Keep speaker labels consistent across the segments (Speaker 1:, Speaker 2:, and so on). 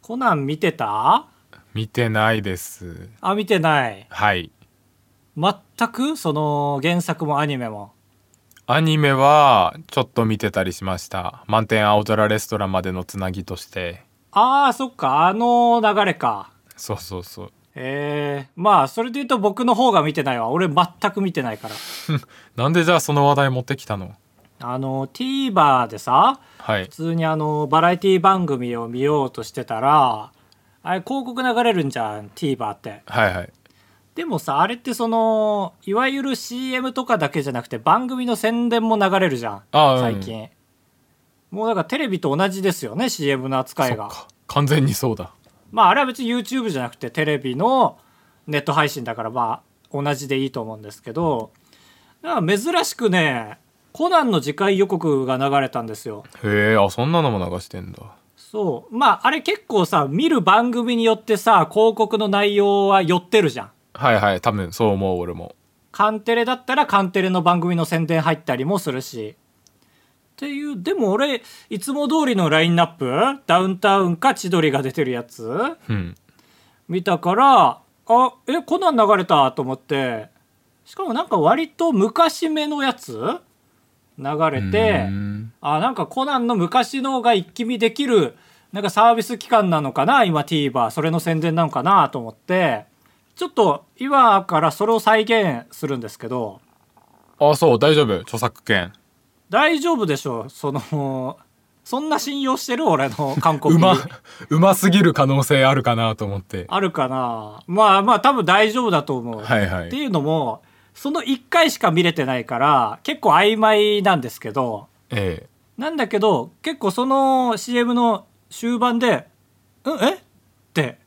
Speaker 1: コナン見てた
Speaker 2: 見てないです
Speaker 1: あ見てない
Speaker 2: はい
Speaker 1: 全くその原作もアニメも
Speaker 2: アニメはちょっと見てたりしました満天青空レストランまでのつなぎとして
Speaker 1: ああそっかあの流れか
Speaker 2: そうそうそう
Speaker 1: えー、まあそれで言うと僕の方が見てないわ俺全く見てないから
Speaker 2: なんでじゃあその話題持ってきたの
Speaker 1: あの TVer でさ
Speaker 2: はい
Speaker 1: 普通にあのバラエティ番組を見ようとしてたらあれ広告流れるんじゃん TVer って
Speaker 2: はいはい
Speaker 1: でもさあれってそのいわゆる CM とかだけじゃなくて番組の宣伝も流れるじゃん
Speaker 2: あーうん
Speaker 1: 最近、もうだからテレビと同じですよね CM の扱いが
Speaker 2: そっか完全にそうだ
Speaker 1: まああれは別に YouTube じゃなくてテレビのネット配信だからまあ同じでいいと思うんですけどなんか珍しくねコナンの次回予告が流れたんですよ
Speaker 2: へえあそんなのも流してんだ
Speaker 1: そうまああれ結構さ見る番組によってさ広告の内容は寄ってるじゃん
Speaker 2: はいはい多分そう思う俺も
Speaker 1: カンテレだったらカンテレの番組の宣伝入ったりもするしっていうでも俺いつも通りのラインナップダウンタウンか千鳥が出てるやつ
Speaker 2: うん
Speaker 1: 見たからあえコナン流れたと思ってしかもなんか割と昔めのやつ流れて
Speaker 2: うん
Speaker 1: あなんかコナンの昔のが一気見できるなんかサービス期間なのかな今 TVer それの宣伝なのかなと思ってちょっと今からそれを再現するんですけど
Speaker 2: あそう大丈夫著作権
Speaker 1: 大丈夫でしょうそのそんな信用してる俺の韓国
Speaker 2: うま うますぎる可能性あるかなと思って
Speaker 1: あるかなまあまあ多分大丈夫だと思う、
Speaker 2: はいは
Speaker 1: って
Speaker 2: い
Speaker 1: いうのもその1回しか見れてないから結構曖昧なんですけど
Speaker 2: ええ
Speaker 1: なんだけど結構その CM の終盤で「うんえっ?」て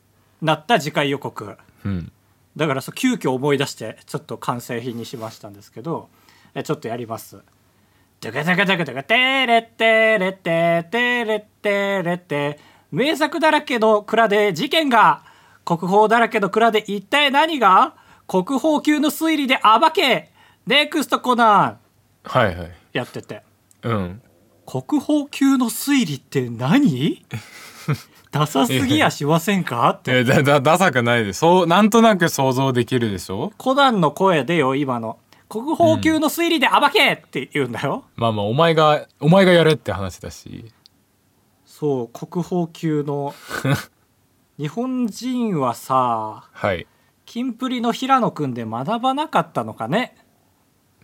Speaker 1: なった次回予告
Speaker 2: うん
Speaker 1: だからそう急遽思い出してちょっと完成品にしましたんですけどえちょっとやります。ドカドカドカドカテレテレテテレテレテ名作だらけの蔵で事件が国宝だらけの蔵で一体何が国宝級の推理で暴けネクストコナン
Speaker 2: はいはい
Speaker 1: やってて
Speaker 2: うん
Speaker 1: 国宝級の推理って何ダサすぎやしませんかって
Speaker 2: えだだダサくないでそうなんとなく想像できるでしょ
Speaker 1: コナンの声でよ今の国宝級の推理で暴けって言うんだよ、
Speaker 2: まあまあお前がお前がやれって話だし
Speaker 1: そう国宝級の 日本人はさ
Speaker 2: はい
Speaker 1: キンプリの平野くんで学ばなかったのかね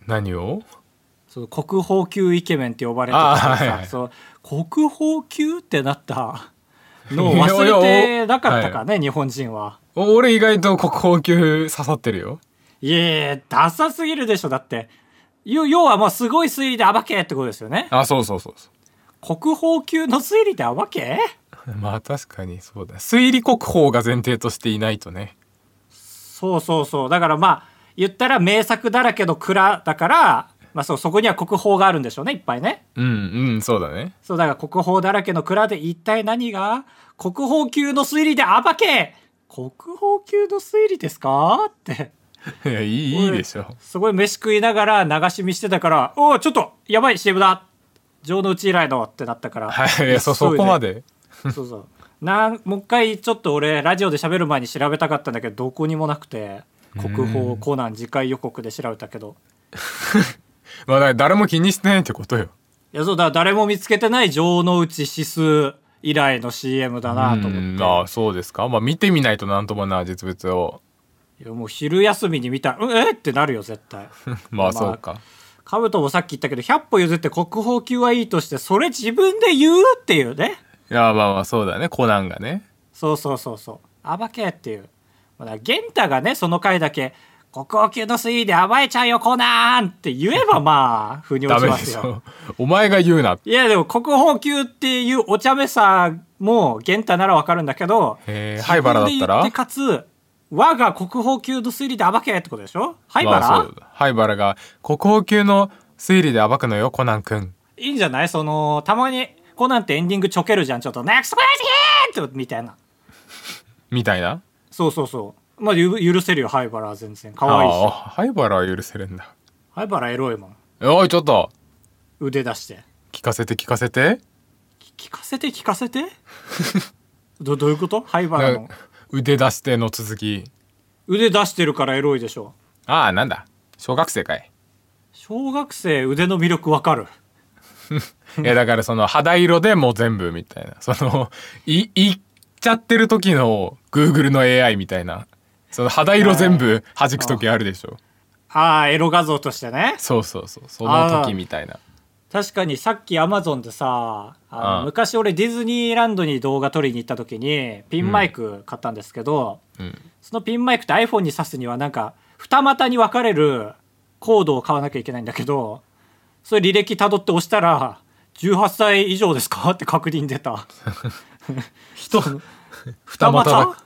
Speaker 2: 何を
Speaker 1: その国宝級イケメンって呼ばれてたから
Speaker 2: あー
Speaker 1: さ、
Speaker 2: はいはい
Speaker 1: そう国宝級ってなったの を忘れてなかったかね日本人は。
Speaker 2: お俺意外と国宝級刺さってるよ
Speaker 1: いやいやダサすぎるでしょだって要要はもうすごい推理で暴けってことですよね
Speaker 2: あそうそうそうそ
Speaker 1: 国宝級の推理で暴け
Speaker 2: うまあ確かにそうだ推理国宝が前提としていないとね
Speaker 1: そうそうそうだからまあ言ったら名作だらけの蔵だから、まあ、そうそこには国宝があるんでしょうねいっぱいね
Speaker 2: うんうんそうだね
Speaker 1: そうだから国宝だらけの蔵で一体何が国宝級の推理で暴け国宝級の推理ですかって
Speaker 2: いやいいいいでしょ
Speaker 1: すごい飯食いながら流し見してたから「おおちょっとやばい CM だ城之内以来の」ってなったから
Speaker 2: はいいやそそこまで
Speaker 1: そうそうなんもう一回ちょっと俺ラジオで喋る前に調べたかったんだけどどこにもなくて国宝コナン次回予告で調べたけど
Speaker 2: まあだから誰も気にしてないってことよ
Speaker 1: いやそうだ誰も見つけてない城之内指数以来の CM だなと
Speaker 2: う
Speaker 1: 思っ
Speaker 2: ん
Speaker 1: て
Speaker 2: あそうですかまあ見てみないとなんともな実物を
Speaker 1: いやもう昼休みに見たらうんえってなるよ絶 対
Speaker 2: まあそうか、
Speaker 1: カブトもさっき言ったけど100歩譲って国宝級はいいとしてそれ自分で言うっていうね
Speaker 2: いやまあまあそうだねコナンがね
Speaker 1: そうそうそうそう暴けっていうまあだから玄太がねその回だけ「国宝級の推理で暴えちゃうよコナン!」って言えばまあ腑に落
Speaker 2: ダ
Speaker 1: ち
Speaker 2: メ
Speaker 1: ま
Speaker 2: ですし
Speaker 1: よ
Speaker 2: ょ お前が言うない
Speaker 1: やでも国宝級っていうお茶目さも玄太ならわかるんだけど
Speaker 2: えー、灰原だっ
Speaker 1: 自分で言
Speaker 2: たら
Speaker 1: ってかつ我が国宝級の推理で暴けってことでしょ灰原、
Speaker 2: まあそうだ灰原が国宝級の推理で暴くのよコナンくん
Speaker 1: いいんじゃないそのたまにコナンってエンディングちょけるじゃんちょっと「ネクストクエスティン!」みたいな
Speaker 2: みたいな
Speaker 1: そうそうそうまあゆ許せるよ灰原は全然可愛い
Speaker 2: ああ
Speaker 1: し
Speaker 2: 灰原は許せるんだ
Speaker 1: 灰原エロいもん
Speaker 2: おいちょっと
Speaker 1: 腕出して
Speaker 2: 聞かせて聞かせて
Speaker 1: き聞かせて聞かせてどどういうこと灰原の
Speaker 2: 腕出しての続き
Speaker 1: 腕出してるからエロいでしょ
Speaker 2: ああなんだ小学生か い
Speaker 1: 小学生腕の魅力わかる
Speaker 2: いやだからその肌色でもう全部みたいなそのいいっちゃってる時の Google の AI みたいなその肌色全部弾く時あるでしょ
Speaker 1: ああエロ画像としてね
Speaker 2: そうそうそうその時みたいな
Speaker 1: 確かにさっきアマゾンでさあの
Speaker 2: うん
Speaker 1: 昔俺ディズニーランドに動画撮りに行った時にピンマイク買ったんですけど、
Speaker 2: うん
Speaker 1: そのピンマイクって iPhone に挿すにはなんか二股に分かれるコードを買わなきゃいけないんだけどそれ履歴たどって押したら「18歳以上ですか?」って確認出た
Speaker 2: 人
Speaker 1: 二股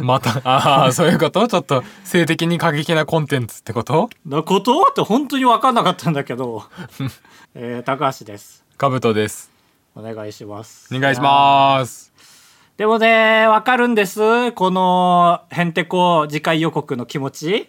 Speaker 2: また ああそういうことちょっと性的に過激なコンテンツってこと
Speaker 1: なことって本当に分かんなかったんだけど、えー高橋です
Speaker 2: かぶとです
Speaker 1: お願いします
Speaker 2: お願いします
Speaker 1: でもね分かるんですこのへんてこ次回予告の気持ち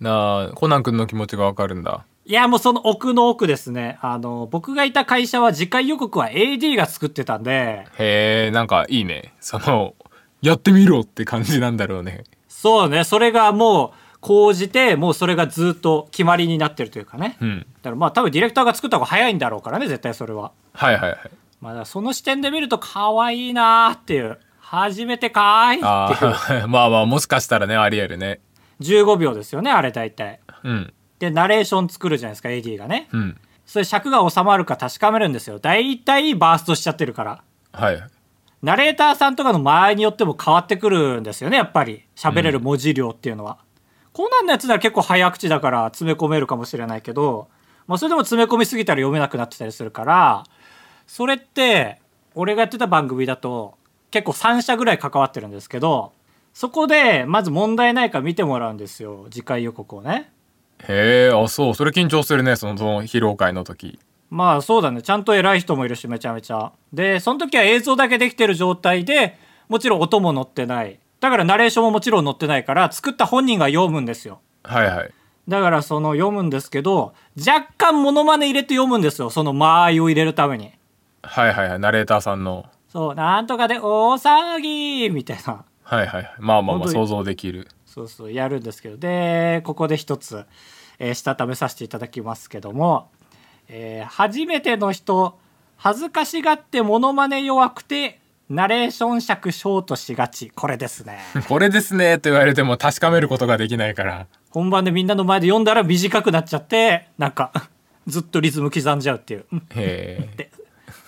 Speaker 2: なあコナン君の気持ちがわかるんだ
Speaker 1: いやもうその奥の奥ですねあの僕がいた会社は次回予告は AD が作ってたんで
Speaker 2: へえなんかいいねそのやってみろって感じなんだろうね
Speaker 1: そうねそれがもう講じてもうそれがずっと決まりになってるというかね、
Speaker 2: う
Speaker 1: だ
Speaker 2: ん
Speaker 1: からまあ多分ディレクターが作った方が早いんだろうからね絶対それは、
Speaker 2: はいはいはい
Speaker 1: まあ、だからその視点で見ると可愛いなーっていう初めてかーい
Speaker 2: あ
Speaker 1: っていう
Speaker 2: あまあまあもしかしたらねありえるね
Speaker 1: 15秒ですよねあれ大体
Speaker 2: うん
Speaker 1: でナレーション作るじゃないですか AD がね
Speaker 2: うん
Speaker 1: それ尺が収まるか確かめるんですよ大体バーストしちゃってるから
Speaker 2: はい
Speaker 1: ナレーターさんとかの間合いによっても変わってくるんですよねやっぱり喋れる文字量っていうのは、コナンのやつなら結構早口だから詰め込めるかもしれないけど、まあ、それでも詰め込みすぎたら読めなくなってたりするからそれって俺がやってた番組だと結構3社ぐらい関わってるんですけどそこでまず問題ないか見てもらうんですよ次回予告をね
Speaker 2: へえあそうそれ緊張するねそのその披露会の時
Speaker 1: まあそうだねちゃんと偉い人もいるしめちゃめちゃでその時は映像だけできてる状態でもちろん音も載ってないだからナレーションももちろん載ってないから作った本人が読むんですよ
Speaker 2: はいはい
Speaker 1: だからその読むんですけど若間モノマネ入れて読むんですよその間合いを入れるために
Speaker 2: はいはいはいナレーターさんの
Speaker 1: そうなんとかで大騒ぎみたいな
Speaker 2: はいはいはいまあまあま
Speaker 1: 本
Speaker 2: あ
Speaker 1: 当に
Speaker 2: 想像できる
Speaker 1: そうそうやるんですけどでここで一つ、えーしたためさせていただきますけども、えー初めての人恥ずかしがってモノマネ弱くてナレーション尺ショートしがちこれですね
Speaker 2: これですねと言われても確かめることができないから
Speaker 1: 本番でみんなの前で読んだら短くなっちゃってなんか ずっとリズム刻んじゃうっていううん
Speaker 2: へえ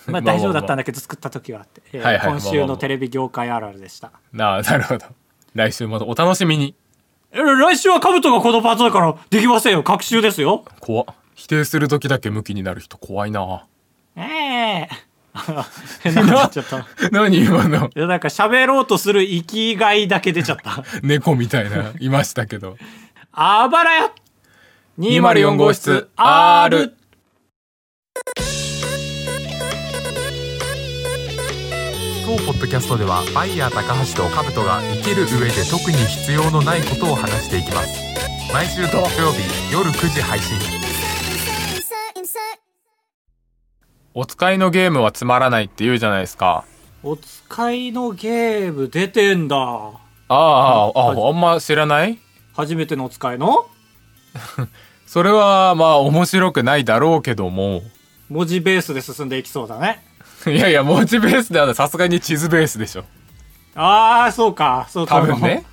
Speaker 1: まあ
Speaker 2: まあまあ
Speaker 1: 大丈夫だったんだけど作った時はって、えー
Speaker 2: はいはい
Speaker 1: 今
Speaker 2: まあま
Speaker 1: 週
Speaker 2: あま
Speaker 1: の
Speaker 2: あ
Speaker 1: テレビ業界あるあるでした。
Speaker 2: なあなるほど来週もお楽しみに
Speaker 1: え来週はカブトがこのパートだからできませんよ隔週ですよ
Speaker 2: 怖っ否定する時だけムキになる人怖いな
Speaker 1: ええ 変なこと言っちゃった。い
Speaker 2: 何今の
Speaker 1: や、なんか喋ろうとする生きがいだけ出ちゃ った。
Speaker 2: 猫みたいないましたけど
Speaker 1: あばらや
Speaker 2: 204号室 R 当ポッドキャストではバイヤー高橋とカブトが生きる上で特に必要のないことを話していきます毎週土曜日夜9時配信
Speaker 3: insert, insert.
Speaker 2: お使いのゲームはつまらないって言うじゃないですか
Speaker 1: お使いのゲーム出てんだ。
Speaker 2: ああああ
Speaker 1: は
Speaker 2: あんま知らない
Speaker 1: 初めてのお使いの
Speaker 2: それはまあ面白くないだろうけども
Speaker 1: 文字ベースで進んでいきそうだね。
Speaker 2: いやいや文字ベースではないさすがに地図ベースでしょ
Speaker 1: ああ、そうか。そう
Speaker 2: 多分ね。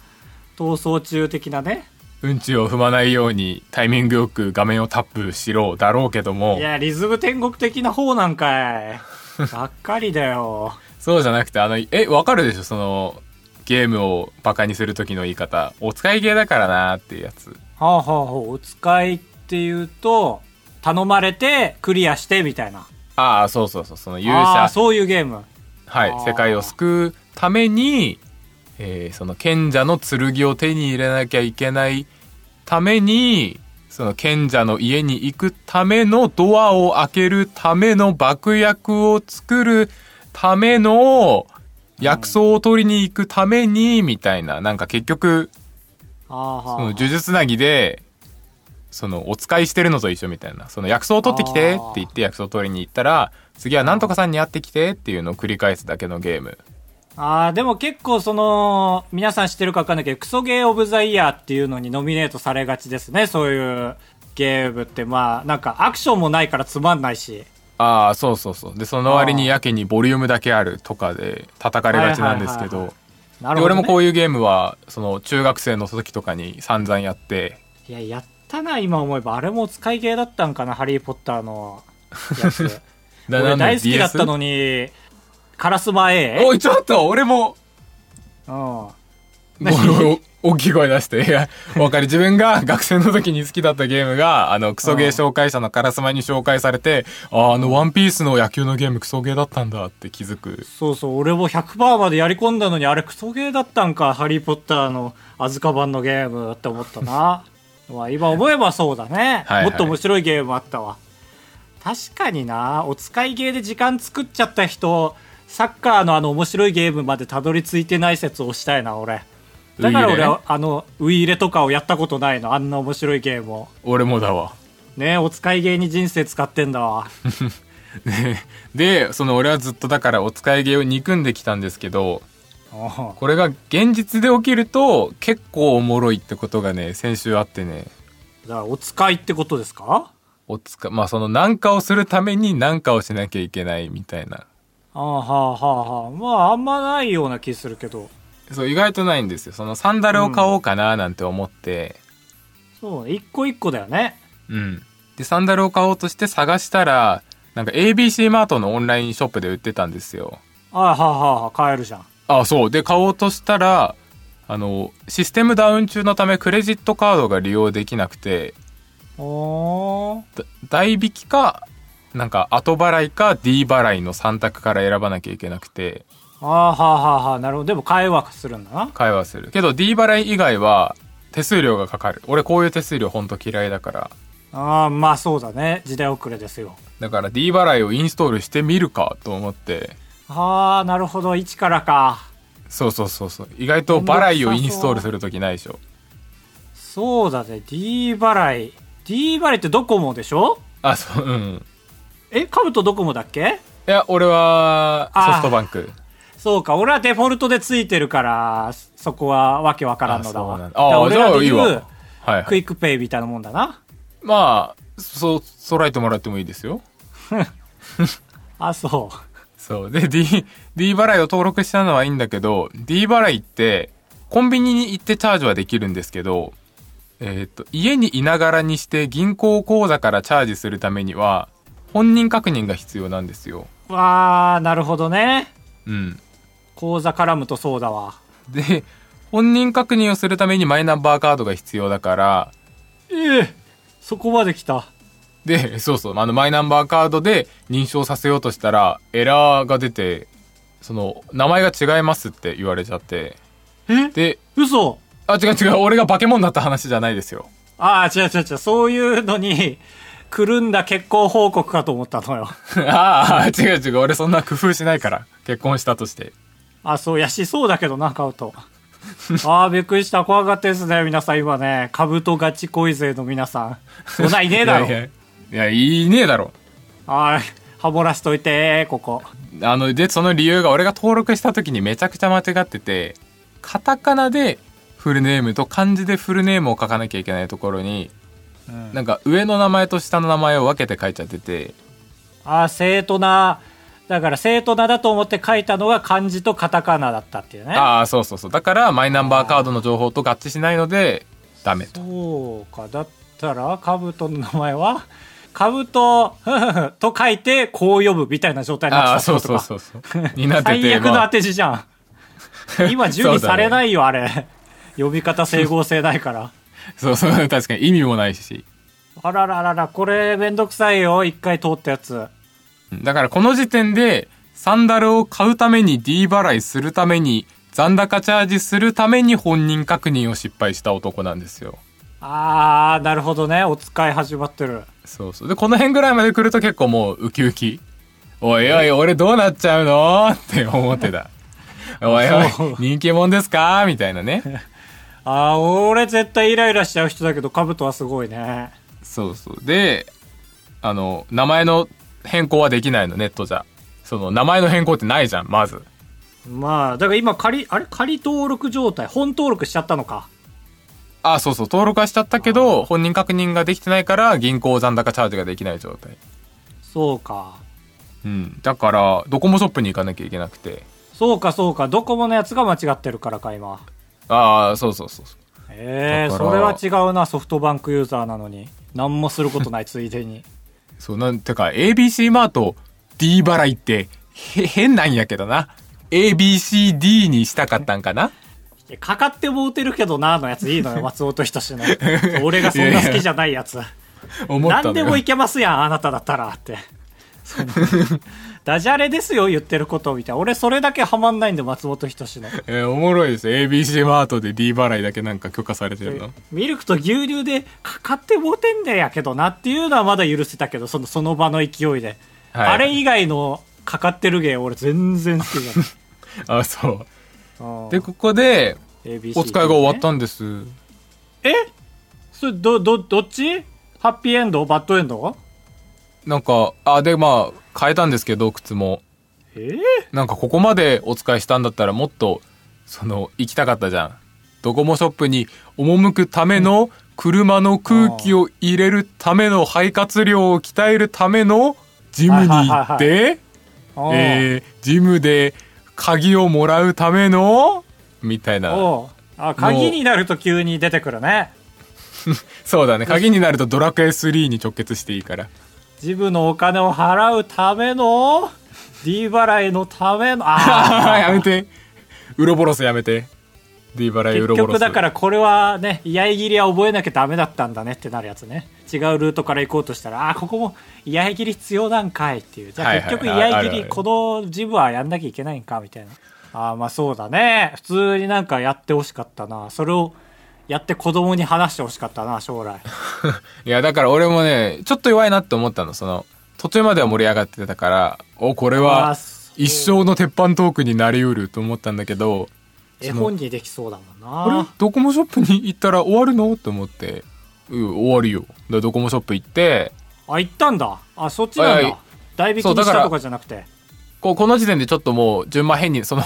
Speaker 1: その逃走中的なね。
Speaker 2: うんちを踏まないようにタイミングよく画面をタップしろだろうけども
Speaker 1: いや、リズム天国的な方なん かい。ばっかりだよ。
Speaker 2: そうじゃなくてあのえわかるでしょそのゲームをバカにする時の言い方お使いゲーだからなーっていうやつ
Speaker 1: はあはあはあ、お使いっていうと、頼まれてクリアしてみたいな。
Speaker 2: ああそうそうそうその勇
Speaker 1: あー
Speaker 2: 者
Speaker 1: そういうゲーム
Speaker 2: は
Speaker 1: あ
Speaker 2: い
Speaker 1: ー
Speaker 2: 世界を救うために、えーその賢者の剣を手に入れなきゃいけないためにその賢者の家に行くためのドアを開けるための爆薬を作るための薬草を取りに行くためにみたいななんか結局
Speaker 1: あーは
Speaker 2: そ
Speaker 1: ー
Speaker 2: の呪術つなぎでそのお使いしてるのと一緒みたいなその薬草を取ってきてって言って薬草を取りに行ったら次はなんとかさんに会ってきてっていうのを繰り返すだけのゲーム
Speaker 1: あーでも結構その皆さん知ってるか分かんないけどクソゲーオブザイヤーっていうのにノミネートされがちですねそういうゲームってまあなんかアクションもないからつまんないし
Speaker 2: ああそうそうそうでその割にやけにボリュームだけあるとかで叩かれがちなんですけ
Speaker 1: はいはいはいは
Speaker 2: ど
Speaker 1: な
Speaker 2: で
Speaker 1: るほど、
Speaker 2: 俺
Speaker 1: ね、
Speaker 2: もこういうゲームはその中学生の時とかに散々やって
Speaker 1: いややったな今思えばあれも使いゲーだったんかな「ハリー・ポッター」のや つ
Speaker 2: なな
Speaker 1: 俺
Speaker 2: んで
Speaker 1: 大好きだったの
Speaker 2: DS
Speaker 1: にカラスマ A?
Speaker 2: おいちょっと俺も
Speaker 1: うん
Speaker 2: もうお大きい声出していやわかる自分が学生の時に好きだったゲームがあのクソゲー紹介者のカラスマに紹介されてあーあの「ワンピースの野球のゲームクソゲーだったんだって気づく
Speaker 1: そうそう俺も100%までやり込んだのにあれクソゲーだったんか「ハリー・ポッター」のアズカバンのゲームって思ったな まあ今思えばそうだね
Speaker 2: はいはい
Speaker 1: もっと面白いゲームあったわ確かになお使いゲーで時間作っちゃった人サッカーのあの面白いゲームまでたどり着いてない説をしたいな俺だから俺はあのウイイレとかをやったことないのあんな面白いゲームを
Speaker 2: 俺もだわ
Speaker 1: ねお使いゲーに人生使ってんだわ
Speaker 2: でその俺はずっとだからお使い芸を憎んできたんですけど
Speaker 1: おう
Speaker 2: これが現実で起きると結構おもろいってことがね先週あってね
Speaker 1: だからお使いってことですか
Speaker 2: おつかまあその何かをするために何かをしなきゃいけないみたいな
Speaker 1: ああはあはあはあまああんまないような気するけど
Speaker 2: そう意外とないんですよそのサンダルを買おうかななんて思って
Speaker 1: そうね一個一個だよね
Speaker 2: うん、でサンダルを買おうとして探したらなんか ABC マートのオンラインショップで売ってたんですよ
Speaker 1: ああはあはあはあ買えるじゃん
Speaker 2: あそうで買おうとしたらあのシステムダウン中のためクレジットカードが利用できなくて
Speaker 1: おー
Speaker 2: だ代引きかなんか後払いか D 払いの3択から選ばなきゃいけなくて
Speaker 1: ああはあはあはあなるほどでも会話するんだな
Speaker 2: 会話するけど D 払い以外は手数料がかかる俺こういう手数料ほんと嫌いだから
Speaker 1: ああまあそうだね時代遅れですよ
Speaker 2: だから D 払いをインストールしてみるかと思って
Speaker 1: はあなるほど一からか
Speaker 2: そうそうそうそう意外と払いをインストールするときないでしょ
Speaker 1: そうだね D 払い D 払いってドコモでしょ
Speaker 2: あそううん
Speaker 1: えカブトドコモだっけ
Speaker 2: いや俺は
Speaker 1: あー
Speaker 2: ソフトバンク
Speaker 1: そうか俺はデフォルトでついてるからそこはわけわからんのだわ
Speaker 2: あそうなん
Speaker 1: だから
Speaker 2: あ
Speaker 1: 俺らで
Speaker 2: じゃあいいわ
Speaker 1: 言う
Speaker 2: はい、
Speaker 1: クイックペイみたいなもんだな
Speaker 2: まあそそらえてもらってもいいですよ
Speaker 1: あそう
Speaker 2: そうで D, D 払いを登録したのはいいんだけど D 払いってコンビニに行ってチャージはできるんですけど、えーっと家にいながらにして銀行口座からチャージするためには本人確認が必要なんですよ
Speaker 1: わあなるほどね
Speaker 2: うん
Speaker 1: 口座絡むとそうだわ
Speaker 2: で本人確認をするためにマイナンバーカードが必要だから
Speaker 1: ええそこまで来た
Speaker 2: でそうそうあのマイナンバーカードで認証させようとしたらエラーが出てその名前が違いますって言われちゃって
Speaker 1: え
Speaker 2: で
Speaker 1: 嘘
Speaker 2: あ違う違う俺が化け物だった話じゃないですよ
Speaker 1: ああ違う違う違うそういうのに くるんだ結婚報告かと思ったのよ
Speaker 2: ああ、違う違う。俺そんな工夫しないから。結婚したとして。
Speaker 1: あそうやしそうだけどなカウトああびっくりした怖かったですね皆さん今ねカブトガチ恋勢の皆さんそんないねえだろ
Speaker 2: いやいや、いやいねえだろ。
Speaker 1: ああハモらしといてここ
Speaker 2: あの、で、その理由が俺が登録した時にめちゃくちゃ間違ってて、カタカナでフルネームと漢字でフルネームを書かなきゃいけないところに、
Speaker 1: ん
Speaker 2: なんか上の名前と下の名前を分けて書いちゃってて、
Speaker 1: ああ生徒なだから生徒なだと思って書いたのが漢字とカタカナだったっていうね
Speaker 2: ああ、そうそうそう。だからマイナンバーカードの情報と合致しないので、ダメと。
Speaker 1: そうかだったら兜の名前は兜 ふふふと書いてこう読むみたいな状態になっ
Speaker 2: ああ、
Speaker 1: てた
Speaker 2: そう
Speaker 1: って
Speaker 2: そ
Speaker 1: こと
Speaker 2: うそ
Speaker 1: か
Speaker 2: うそう。になってて。
Speaker 1: 最悪の
Speaker 2: ま
Speaker 1: 当
Speaker 2: あ
Speaker 1: て字じゃん、 今準備されないよ、あれ読み方整合性ないから
Speaker 2: そうそう、確かに意味もないし。
Speaker 1: あららららこれめんどくさいよ一回通ったやつ
Speaker 2: だからこの時点で、サンダルを買うために D 払いするために、残高チャージするために本人確認を失敗した男なんですよ。
Speaker 1: あーなるほどねお使い始まってる
Speaker 2: そうそう。で、この辺ぐらいまで来ると結構もうウキウキ。おいおい、俺どうなっちゃうのって思ってた。おいおい
Speaker 1: そう、
Speaker 2: 人気者ですかみたいなね。
Speaker 1: あー俺絶対イライラしちゃう人だけど兜はすごいね
Speaker 2: そうそう。で、あの、名前の変更はできないの、ネットじゃ。その、名前の変更ってないじゃん、まず。
Speaker 1: まあだから今仮あれ仮登録状態本登録しちゃったのか
Speaker 2: あ、そうそう、登録はしちゃったけど、本人確認ができてないから、銀行残高チャージができない状態。
Speaker 1: そうか
Speaker 2: うん。だから、ドコモショップに行かなきゃいけなくて。
Speaker 1: そうかそうかドコモのやつが間違ってるからか今
Speaker 2: ああ、そうそうそうそう。
Speaker 1: ええ
Speaker 2: だ
Speaker 1: ー、
Speaker 2: から
Speaker 1: それは違うなソフトバンクユーザーなのに何もすることないついでに
Speaker 2: そう、なんてか、ABC マート D 払いって、へ、変なんやけどな。ABCD にしたかったんかな
Speaker 1: いやかかってもうてるけどなのやついいのよ松尾と人志の俺がそんな好きじゃないやつ
Speaker 2: 思ったの
Speaker 1: 何
Speaker 2: よ。
Speaker 1: でもいけますやんあなただったらってそんなダジャレですよ言ってることみたいな俺それだけハマんないんで松本人志の
Speaker 2: えーおもろいです。ABC マートで D 払いだけなんか許可されてるの。
Speaker 1: ミルクと牛乳でかかってもうてんだやけどなっていうのはまだ許せたけどそのその場の勢いで、
Speaker 2: はい
Speaker 1: あれ以外のかかってる芸俺全然好きじ
Speaker 2: あ、そう。
Speaker 1: ゃない
Speaker 2: で、ここで、
Speaker 1: ABC
Speaker 2: お使いが終わったんです。
Speaker 1: えそれどどどっちハッピーエンドバッドエンド
Speaker 2: なんか、あ、で、まあ、変えたんですけど、靴も。
Speaker 1: えー、
Speaker 2: なんかここまでお使いしたんだったらもっとその行きたかったじゃんドコモショップに赴くための車の空気を入れるための肺活量を鍛えるためのジムに行っ
Speaker 1: は
Speaker 2: て
Speaker 1: おう
Speaker 2: えージムで鍵をもらうためのみたいな
Speaker 1: おうあ鍵になると急に出てくるね
Speaker 2: そうだね鍵になるとドラクエ3に直結してい いから
Speaker 1: ジムのお金を払うための D 払いのためのあ ー
Speaker 2: あーやめてウロボロスやめて D 払いウ
Speaker 1: 結
Speaker 2: ロボ
Speaker 1: 局
Speaker 2: ロス
Speaker 1: だからこれはね居合切りは覚えなきゃダメだったんだねってなるやつね違うルートから行こうとしたらあーここも居合切り必要なんかいっていうじゃあ
Speaker 2: はいはい
Speaker 1: 結局居
Speaker 2: ああ
Speaker 1: 合
Speaker 2: る
Speaker 1: 切
Speaker 2: あ
Speaker 1: り
Speaker 2: る
Speaker 1: このジムはやんなきゃいけないんかみたいなあーまあそうだね普通になんかやってほしかったなそれをやって子供に話してほしかったな将来
Speaker 2: いや、だから俺もね、ちょっと弱いなって思ったの。その、途中までは盛り上がってたから、お、これ
Speaker 1: あ
Speaker 2: は
Speaker 1: そう
Speaker 2: 一生の鉄板トークになりうると思ったんだけど、
Speaker 1: 絵本にできそうだもん
Speaker 2: あれ
Speaker 1: な
Speaker 2: ドコモショップに行ったら終わるのと思って、うん、終わるよ。だからドコモショップ行って、
Speaker 1: あ行ったんだあそっちなん
Speaker 2: はいは
Speaker 1: だ
Speaker 2: い
Speaker 1: 代引き
Speaker 2: そう
Speaker 1: に
Speaker 2: だ
Speaker 1: し
Speaker 2: から
Speaker 1: たとかじゃなくて
Speaker 2: こう、この時点でちょっともう順番変に、その、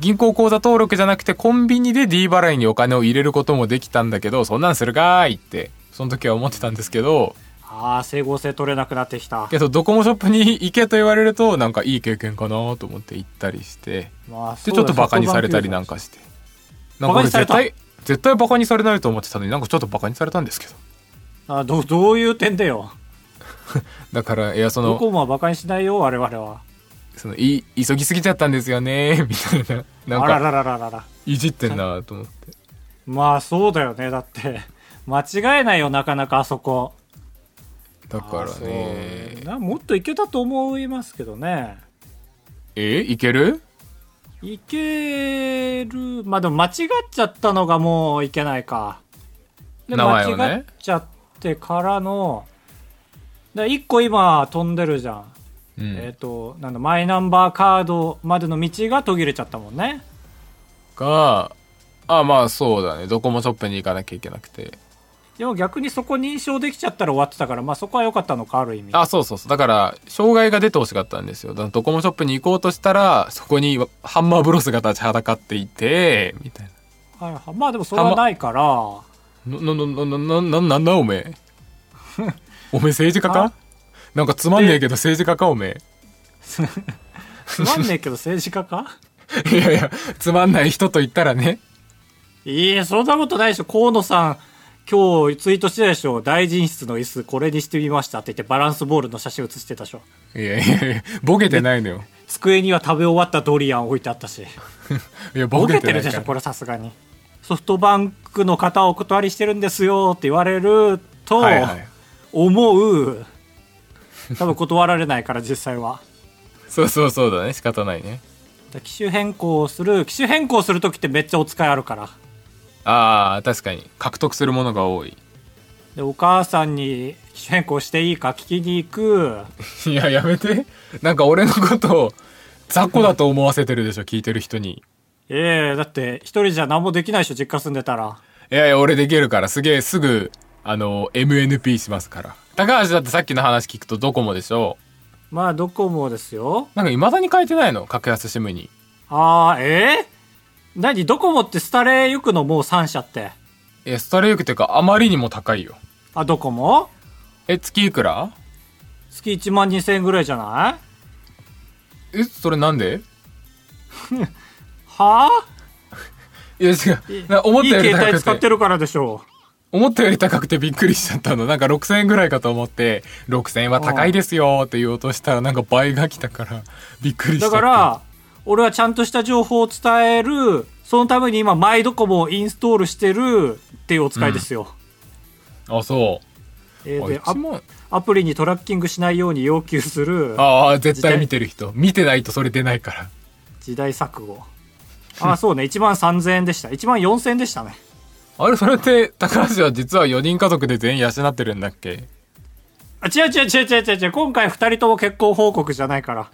Speaker 2: 銀行口座登録じゃなくてコンビニで D 払いにお金を入れることもできたんだけど、そんなんするかーいって、その時は思ってたんですけど、
Speaker 1: ああ整合性取れなくなってきた
Speaker 2: けどドコモショップに行けと言われると、なんかいい経験かなーと思って行ったりして、
Speaker 1: まあ
Speaker 2: でちょっとバカにされたりなんかして
Speaker 1: バ
Speaker 2: なんか
Speaker 1: カ
Speaker 2: 俺
Speaker 1: にされ
Speaker 2: 絶
Speaker 1: た
Speaker 2: 対絶対バカにされないと思ってたのになんかちょっとバカにされたんですけど
Speaker 1: あどどういう点だよ
Speaker 2: だからいやそ
Speaker 1: ド
Speaker 2: の
Speaker 1: コモはバカにしないよ我々は
Speaker 2: そのい急ぎすぎちゃったんですよねみたい な
Speaker 1: あら
Speaker 2: なんか
Speaker 1: ららららら
Speaker 2: いじってんなと思って
Speaker 1: まあそうだよねだって 間違えないよなかなかあそこ
Speaker 2: だから
Speaker 1: あそう
Speaker 2: ね
Speaker 1: なもっといけたと思いますけどね
Speaker 2: えいける
Speaker 1: いけるまあでも間違っちゃったのがもういけないかで
Speaker 2: 名前をね
Speaker 1: 間違っちゃってからのだ1個今飛んでるじゃん、
Speaker 2: うん、
Speaker 1: えっ、となんだマイナンバーカードまでの道が途切れちゃったもんね
Speaker 2: があまあそうだねドコモショップに行かなきゃいけなくて
Speaker 1: でも逆にそこ認証できちゃったら終わってたから、まあそこは良かったのか、ある意味。
Speaker 2: あそうそうそうだから障害が出てほしかったんですよだからドコモショップに行こうとしたらそこにハンマーブロスが立ちはだかっていてみたいな
Speaker 1: はいはいまあでもそれはないから、
Speaker 2: な、な、な、な、な、な、なんだおめ え。おめえ政治家
Speaker 1: あ
Speaker 2: かなんかつまんねえけど政治家かおめ
Speaker 1: つまんねえけど政治家か
Speaker 2: え。いやいや、つまんない人と言ったらね。
Speaker 1: いいえ、そんなことないでしょ。河野さん、今日ツイートしてたでしょ。大臣室の椅子、これにしてみましたって言って、バランスボールの写真写してたでしょ。
Speaker 2: いやいやいや、ボケてないのよ。
Speaker 1: 机には食べ終わったドリアン置いてあった し。
Speaker 2: いや、ボ
Speaker 1: ボ
Speaker 2: ケ
Speaker 1: ケ
Speaker 2: て
Speaker 1: て
Speaker 2: な
Speaker 1: る
Speaker 2: いか
Speaker 1: でしょ、
Speaker 2: ら。
Speaker 1: これさすがに。ソフトバンクの方をお断りしてるんですよって言われると、
Speaker 2: はいはい。
Speaker 1: 思う。多分断られないから、実際は。
Speaker 2: そうそうそうだね。仕方ないね。
Speaker 1: 機種変更する機種変更する時ってめっちゃお使いあるから
Speaker 2: ああ、確かに。獲得するものが多い。
Speaker 1: でお母さんに機種変更していいか聞きに行く
Speaker 2: いや、やめて。なんか俺のことを、雑魚だと思わせてるでしょ、聞いてる人に。
Speaker 1: ええだって一人じゃ何もできないでしょ実家住んでたら
Speaker 2: いやいや、俺できるから、すげえ、すぐ、あの、MNP しますから。高橋だってさっきの話聞くとドコモでしょ。
Speaker 1: まあドコモですよ
Speaker 2: なんか未だに変えてないの格安シムに。
Speaker 1: あー、えー、何ドコモってスタレー行くのもう3社って。
Speaker 2: えスタレークっていうかあまりにも高いよ
Speaker 1: あ、ドコモ
Speaker 2: え月いくら
Speaker 1: 月1万2000円ぐらいじゃない
Speaker 2: えそれなんで
Speaker 1: はあ
Speaker 2: いや違うな思っ
Speaker 1: いい
Speaker 2: たより
Speaker 1: 携帯使
Speaker 2: 高
Speaker 1: っ
Speaker 2: くて
Speaker 1: てるからでしょ
Speaker 2: 思ったより高くてびっくりしちゃったのなんか6000円ぐらいかと思って6000円は高いですよって言おうとしたらなんか倍が来たからびっくりし
Speaker 1: う。
Speaker 2: ちゃ
Speaker 1: だ
Speaker 2: った
Speaker 1: から、俺はちゃんとした情報を伝える、そのために今、マイドコモをインストールしてるっていうお使いですよ。
Speaker 2: あそう
Speaker 1: えーで
Speaker 2: あいつも
Speaker 1: ア、アプリにトラッキングしないように要求する
Speaker 2: ああ絶対見てる人見てないとそれ出ないから
Speaker 1: 時代錯誤。 あ、そうね。1万3000円でした。1万4000円でしたね。
Speaker 2: あれそれって高橋は実は4人家族で全員養ってるんだっけ
Speaker 1: あ、違う違う違う違う違う違う。今回2人とも結婚報告じゃないから。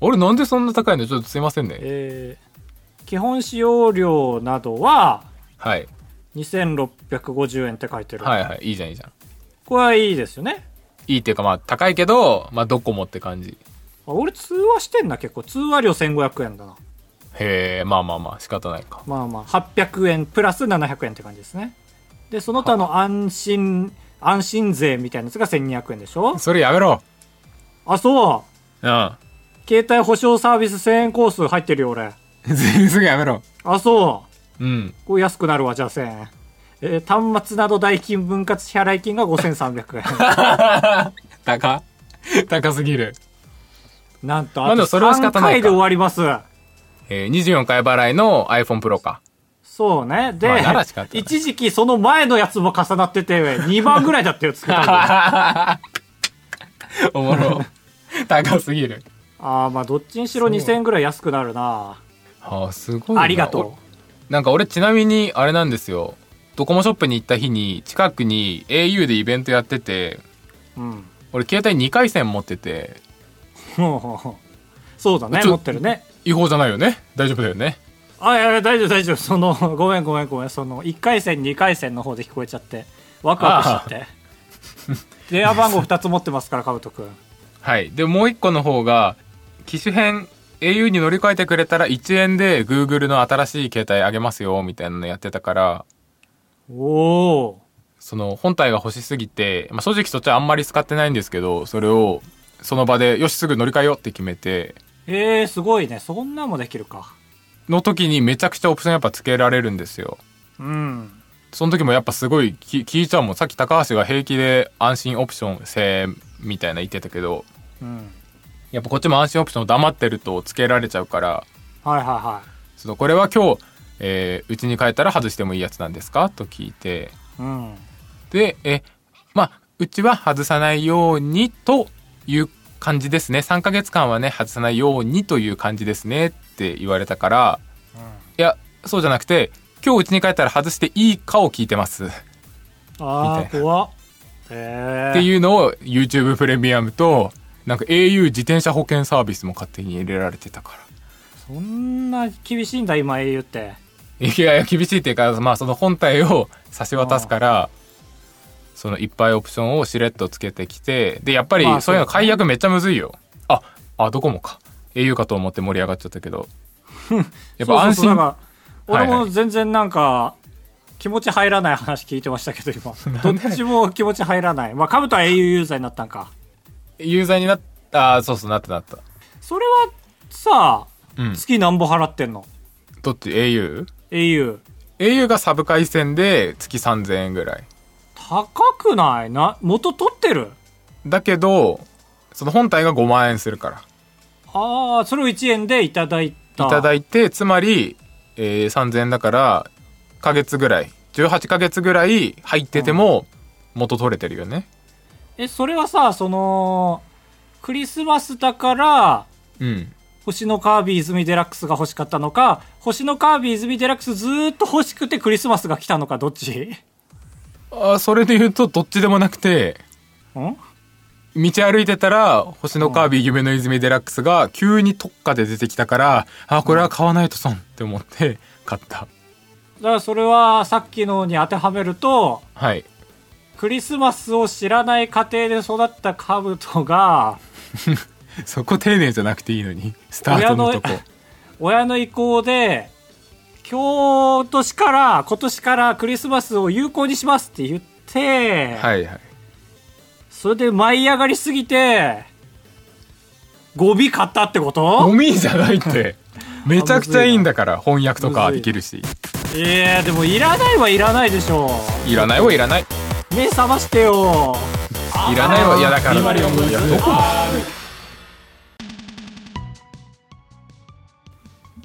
Speaker 2: 俺なんでそんな高いのちょっとすいませんね
Speaker 1: えー基本使用料などは
Speaker 2: はい
Speaker 1: 2650円って書いてる。
Speaker 2: はいはいいいじゃんいいじゃん
Speaker 1: これはいいですよね。
Speaker 2: いいっていうかまあ高いけどまあドコモって感じ
Speaker 1: あ俺通話してんな結構。通話料1500円だな。
Speaker 2: へえまあまあまあ仕方ないか
Speaker 1: まあまあ、800円プラス700円って感じですね。で、その他の安心、安心税みたいなやつが1200円でしょ
Speaker 2: それやめろ
Speaker 1: あ、そう
Speaker 2: うん
Speaker 1: 携帯保証サービス1000円コース入ってるよ俺
Speaker 2: 全員すぐやめろ
Speaker 1: あそう
Speaker 2: うん
Speaker 1: これ安くなるわじゃあ1000円えー端末など代金分割支払い金が5300円
Speaker 2: 高高すぎる、
Speaker 1: なんと
Speaker 2: ま
Speaker 1: あ
Speaker 2: あで
Speaker 1: と
Speaker 2: もそれは仕
Speaker 1: 3
Speaker 2: 方ない
Speaker 1: 回
Speaker 2: か
Speaker 1: で終わります
Speaker 2: えー、24回払いの iPhone Pro か
Speaker 1: そうねで、
Speaker 2: まあなら仕方ない
Speaker 1: 一時期その前のやつも重なってて2万ぐらいだったよ作った のあ
Speaker 2: おもろ高すぎる
Speaker 1: あまあどっちにしろ2000円ぐらい安くなるな
Speaker 2: あーすごいな
Speaker 1: ありがと
Speaker 2: なんか俺ちなみにあれなんですよドコモショップに行った日に近くに au でイベントやってて
Speaker 1: ううん
Speaker 2: 俺携帯2回線持ってて
Speaker 1: ほうほうほう そうだね
Speaker 2: ちょ
Speaker 1: 持ってるね
Speaker 2: 違法じゃないよね大丈夫だよね
Speaker 1: あいやいや大丈夫大丈夫そのごめんごめんごめんその1回戦2回戦の方で聞こえちゃってワクワクしちゃって電話番号2つ持ってますからカブト君
Speaker 2: はいでもう1個の方が機種変 au に乗り換えてくれたら1円で Google の新しい携帯あげますよみたいなのやってたから
Speaker 1: おお
Speaker 2: その本体が欲しすぎて、まあ、正直そっちはあんまり使ってないんですけどそれをその場でよしすぐ乗り換えようって決めて
Speaker 1: えー、すごいねそんなんもできるか
Speaker 2: の時にめちゃくちゃオプションやっぱつけられるんですよ
Speaker 1: うん
Speaker 2: その時もやっぱすごいき聞いちゃうもんさっき高橋が平気で安心オプション制みたいな言ってたけど
Speaker 1: うん
Speaker 2: やっぱこっちも安心オプションを黙ってるとつけられちゃうから
Speaker 1: はいはいは
Speaker 2: そのこれは今日えーうち、に帰ったら外してもいいやつなんですかと聞いて
Speaker 1: いうん
Speaker 2: でえまあうちは外さないようにという感じですね3ヶ月間はね外さないようにという感じですねって言われたからいやそうじゃなくて今日うちに帰ったら外していいかを聞いてます
Speaker 1: あ
Speaker 2: み
Speaker 1: あ
Speaker 2: たいな
Speaker 1: 怖っえ
Speaker 2: っ
Speaker 1: え
Speaker 2: ていうのを YouTube プレミアムとなんか au 自転車保険サービスも勝手に入れられてたか
Speaker 1: そんな厳しいんだ今 au って
Speaker 2: らいやいや厳しいっていうか、まあ、その本体を差し渡すからそのいっぱいオプションをしれっとつけてきてでやっぱり
Speaker 1: まあ
Speaker 2: そういうの
Speaker 1: そうですね
Speaker 2: 解約めっちゃむずいよああドコモか au かと思って盛り上がっちゃったけどやっぱ安
Speaker 1: そうそうそうだ
Speaker 2: 心
Speaker 1: から俺
Speaker 2: はい
Speaker 1: も
Speaker 2: は
Speaker 1: 全然なんか気持ち入らない話聞いてましたけど 今ど
Speaker 2: んで
Speaker 1: っちも気持ち入らないまあカブトは au ユーザーになったんか
Speaker 2: ユーザーになったあそうそうなったなった
Speaker 1: それはさ、
Speaker 2: うん
Speaker 1: 月なんぼ払ってんの
Speaker 2: どっち au?au
Speaker 1: ?au。
Speaker 2: がサブ回線で月3000円ぐらい
Speaker 1: 高くないな、元取ってる
Speaker 2: だけどその本体が5万円するから
Speaker 1: ああ、それを1円でいただいた。
Speaker 2: いただ
Speaker 1: い
Speaker 2: いてつまり、えー3000円だからヶ月ぐらい18ヶ月ぐらい入ってても元取れてるよね
Speaker 1: え、それはさ、その、クリスマスだから、
Speaker 2: うん
Speaker 1: 星のカービィ泉デラックスが欲しかったのか、星のカービィ泉デラックスずーっと欲しくてクリスマスが来たのか、どっち
Speaker 2: あそれで言うとどっちでもなくて
Speaker 1: ん
Speaker 2: 道歩いてたら星のカービィ夢の泉デラックスが急に特価で出てきたからあこれは買わないと損って思って買った
Speaker 1: だからそれはさっきのに当てはめると、
Speaker 2: はい
Speaker 1: クリスマスを知らない家庭で育ったカブトが、
Speaker 2: そこ丁寧じゃなくていいのにスタートのとこ
Speaker 1: 親の意向で今年から今年からクリスマスを有効にしますって言って、
Speaker 2: はいはい
Speaker 1: それで舞い上がりすぎてゴミ買ったってこ
Speaker 2: ゴ
Speaker 1: と
Speaker 2: ミじゃな いってめちゃくちゃいいんだから翻訳とかできるし
Speaker 1: ええでもいらないはいらないでしょ
Speaker 2: いらないはいらない
Speaker 1: 目覚ましてよ
Speaker 2: いらないはいやだから
Speaker 1: ビバリオンボーイズ
Speaker 2: いやどこ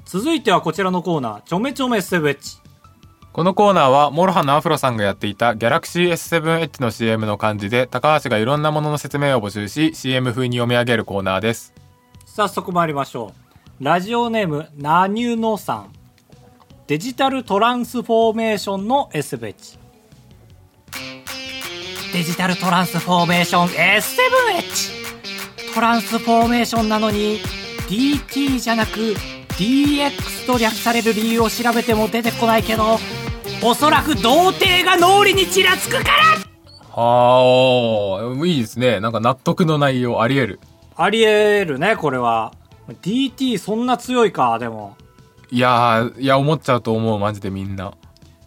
Speaker 1: 続いてはこちらのコーナーちょめちょめセブエッチ
Speaker 2: このコーナーはモロハのアフロさんがやっていたギャラクシー S7H の CM の感じで高橋がいろんなものの説明を募集し CM 風に読み上げるコーナーです
Speaker 1: 早速参りましょうラジオネームなにゅうのさんデジタルトランスフォーメーションの S ベッチデジタルトランスフォーメーション S7H トランスフォーメーションなのに DT じゃなく DX と略される理由を調べても出てこないけどおそらく童貞が脳裏にちらつくから
Speaker 2: はあいいですねなんか納得の内容ありえる
Speaker 1: ありえるねこれは DT そんな強いかでも
Speaker 2: いやーいや思っちゃうと思うマジでみんな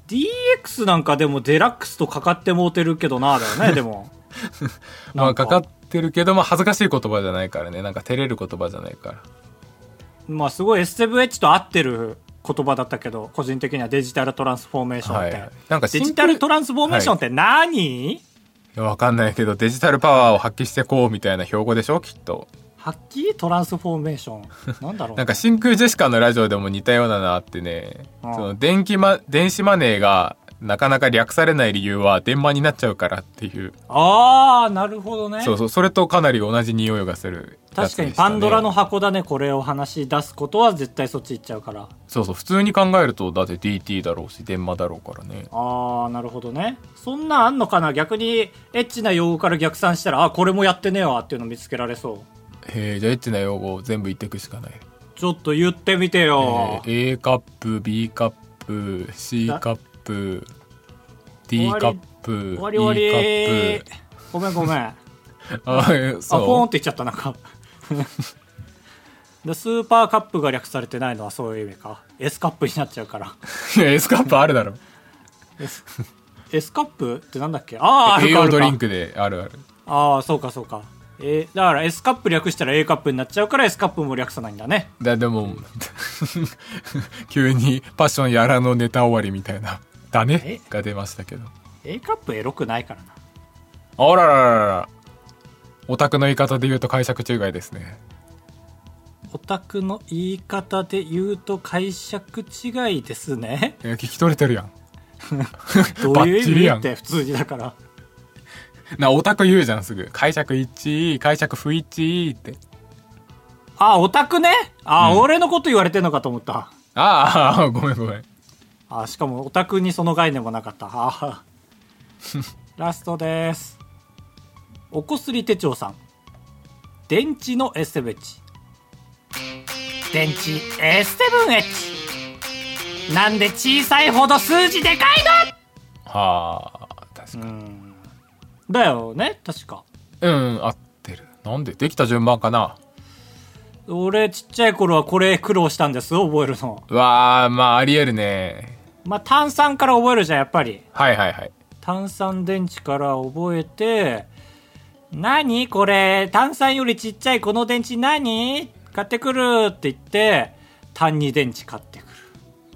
Speaker 1: DX なんかでもデラックスとかかってもうてるけどなだよ ねでもな
Speaker 2: まあ
Speaker 1: んか
Speaker 2: かかってるけど、まあ、恥ずかしい言葉じゃないからねなんか照れる言葉じゃないから
Speaker 1: まあすごい S7H と合ってる言葉だったけど個人的にはデジタルトランスフォーメーションって、
Speaker 2: はいはいなんかシン
Speaker 1: デ
Speaker 2: プル
Speaker 1: ジタルトランスフォーメーションって何、
Speaker 2: いやわかんないけどデジタルパワーを発揮してこうみたいな標語でしょきっと
Speaker 1: はっきりトランスフォーメーションなんだろう
Speaker 2: なんか真空ジェシカのラジオでも似たようななってね、
Speaker 1: うん
Speaker 2: その電気、ま、電子マネーがなかなか略されない理由は電マになっちゃうからっていう、
Speaker 1: ああなるほどね
Speaker 2: そうそうそれとかなり同じ匂いがするや
Speaker 1: 確
Speaker 2: つ
Speaker 1: か
Speaker 2: で
Speaker 1: に
Speaker 2: した
Speaker 1: パ
Speaker 2: ね
Speaker 1: ンドラの箱だねこれを話し出すことは絶対そっち行っちゃうから
Speaker 2: そうそう普通に考えるとだって DT だろうし電マだろうからね
Speaker 1: ああなるほどねそんなんあんのかな逆にエッチな用語から逆算したらあこれもやってねえわっていうの見つけられそう
Speaker 2: へえじゃあエッチな用語を全部言っていくしかない
Speaker 1: ちょっと言ってみてよ。
Speaker 2: えー A カップ B カップ C
Speaker 1: だ
Speaker 2: カップ D
Speaker 1: 終
Speaker 2: カ
Speaker 1: わ
Speaker 2: ッ
Speaker 1: り
Speaker 2: プ E
Speaker 1: 終
Speaker 2: カ
Speaker 1: わり終わ
Speaker 2: ッ
Speaker 1: り
Speaker 2: プ。
Speaker 1: ごめんごめん。あ、
Speaker 2: あえー
Speaker 1: ポーン
Speaker 2: そ
Speaker 1: って言っちゃった、なんか。 でスーパーカップが略されてないのはそういう意味か。S カップになっちゃうから。
Speaker 2: ういや S カップあるだろ
Speaker 1: S, S カップってなんだっけああ、あ
Speaker 2: 栄
Speaker 1: るかあ
Speaker 2: 養
Speaker 1: る
Speaker 2: ドリン
Speaker 1: か。
Speaker 2: クであるある
Speaker 1: ああ、そうかそうか。えーだから S カップ略したら A カップになっちゃうから S カップも略さないんだね。
Speaker 2: だでも 急にパッションやらのネタ終わりみたいな「だね」が出ましたけど
Speaker 1: A カップエロくないからな。
Speaker 2: あらららららオタクの言い方で言うと解釈中外ですね
Speaker 1: オタクの言い方で言うと解釈違いですね。
Speaker 2: いや聞き取れてるやん
Speaker 1: ど
Speaker 2: バ
Speaker 1: ういう
Speaker 2: ッチ
Speaker 1: 意
Speaker 2: リ
Speaker 1: 味
Speaker 2: や
Speaker 1: っ
Speaker 2: ん
Speaker 1: て普通にだから。
Speaker 2: なオタク言うじゃんすぐ解釈一致解釈不一致って
Speaker 1: あ、オタクね。あ、
Speaker 2: うん
Speaker 1: 俺のこと言われてんのかと思った。
Speaker 2: あーあーごめんごめん
Speaker 1: あ、しかもオタクにその概念もなかった。 あラストです。おこすり手帳さん。電池の S7H。電池 S7H。なんで小さいほど数字でかい
Speaker 2: はあ確かに
Speaker 1: のうん。だよね、確か。
Speaker 2: うん合ってるなんでできた順番かな
Speaker 1: 俺ちっちゃい頃はこれ苦労したんです、覚えるの。
Speaker 2: うわあまあありえるね
Speaker 1: まあ、炭酸から覚えるじゃん、やっぱり。
Speaker 2: はいはいはい
Speaker 1: 炭酸電池から覚えて、何これ、炭酸よりちっちゃいこの電池何買ってくるって言って、単二電池買ってく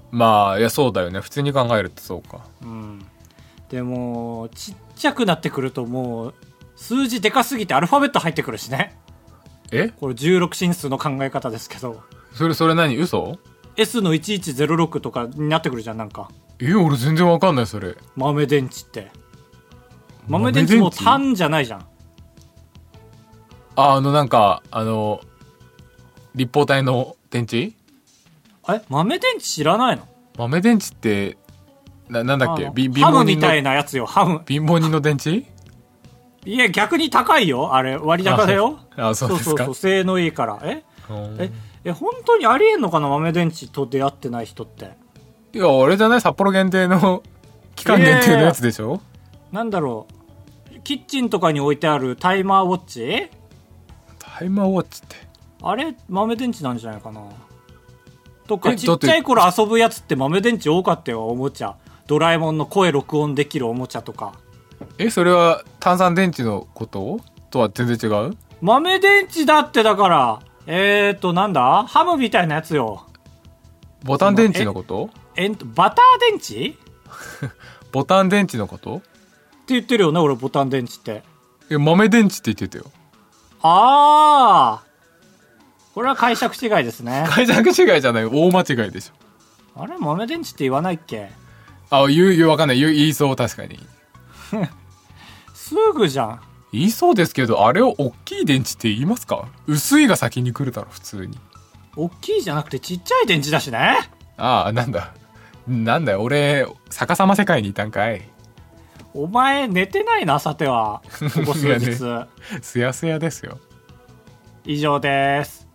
Speaker 2: まあいやそうだよね普通に考えるとそうか
Speaker 1: る。うん。でも、ちっちゃくなってくるともう、数字でかすぎてアルファベット入ってくるしね。
Speaker 2: え
Speaker 1: これ16進数の考え方ですけど。
Speaker 2: それそれ何嘘
Speaker 1: S の1106とかになってくるじゃん、なんか。
Speaker 2: え俺全然わかんないそれ
Speaker 1: 豆電池って。豆
Speaker 2: 豆
Speaker 1: 電
Speaker 2: 電
Speaker 1: 池
Speaker 2: 池
Speaker 1: も単じゃないじゃん。
Speaker 2: ああのなんかあの立方体の電池
Speaker 1: え豆電池知らないの
Speaker 2: 豆電池ってななんだっ
Speaker 1: あ
Speaker 2: け
Speaker 1: の
Speaker 2: び貧
Speaker 1: ハ
Speaker 2: 乏
Speaker 1: ムみ
Speaker 2: 人の
Speaker 1: たいなやつよ、ハム。
Speaker 2: 貧乏人の電池
Speaker 1: いや、逆に高いよ、あれ。割高だよ。
Speaker 2: ああそう
Speaker 1: そう
Speaker 2: で
Speaker 1: そ
Speaker 2: す
Speaker 1: う
Speaker 2: か
Speaker 1: そう、性能いいから。え
Speaker 2: うん
Speaker 1: え、え、本当にありえんのかな豆電池と出会ってない人って。
Speaker 2: いや俺じゃない札幌限定の 期間限定のやつでしょ、
Speaker 1: なんだろう。キッチンとかに置いてあるタイマーウォッチ
Speaker 2: タイマーウォッチって
Speaker 1: あれ豆電池なんじゃないかな。とか
Speaker 2: え
Speaker 1: ちっちゃい頃遊ぶやつって豆電池多かったよおもちゃドラえもんの声録音できるおもちゃとか
Speaker 2: えそれは炭酸電池のこととは全然違う
Speaker 1: 豆電池だってだからえー、っとなんだハムみたいなやつよ
Speaker 2: ボタン電池のこと
Speaker 1: えんとバター電池って
Speaker 2: ボタン電池のこと
Speaker 1: 言ってるよね俺ボタン電池って
Speaker 2: え豆電池って言ってたよ
Speaker 1: ああこれは解釈違いですね
Speaker 2: 解釈違いじゃない大間違いでしょ
Speaker 1: あれ豆電池って言わないっけ
Speaker 2: あ言う言うわかんない言う言いそう確かに
Speaker 1: すぐじゃん
Speaker 2: 言いそうですけどあれを大きい電池って言いますか薄いが先に来るだろ普通に
Speaker 1: 大きいじゃなくてちっちゃい電池だしね
Speaker 2: ああなんだなんだよ俺逆さま世界にいたんかい
Speaker 1: お前寝てないなさてはここ数
Speaker 2: い
Speaker 1: 日、
Speaker 2: やすやすやですよ
Speaker 1: 以上です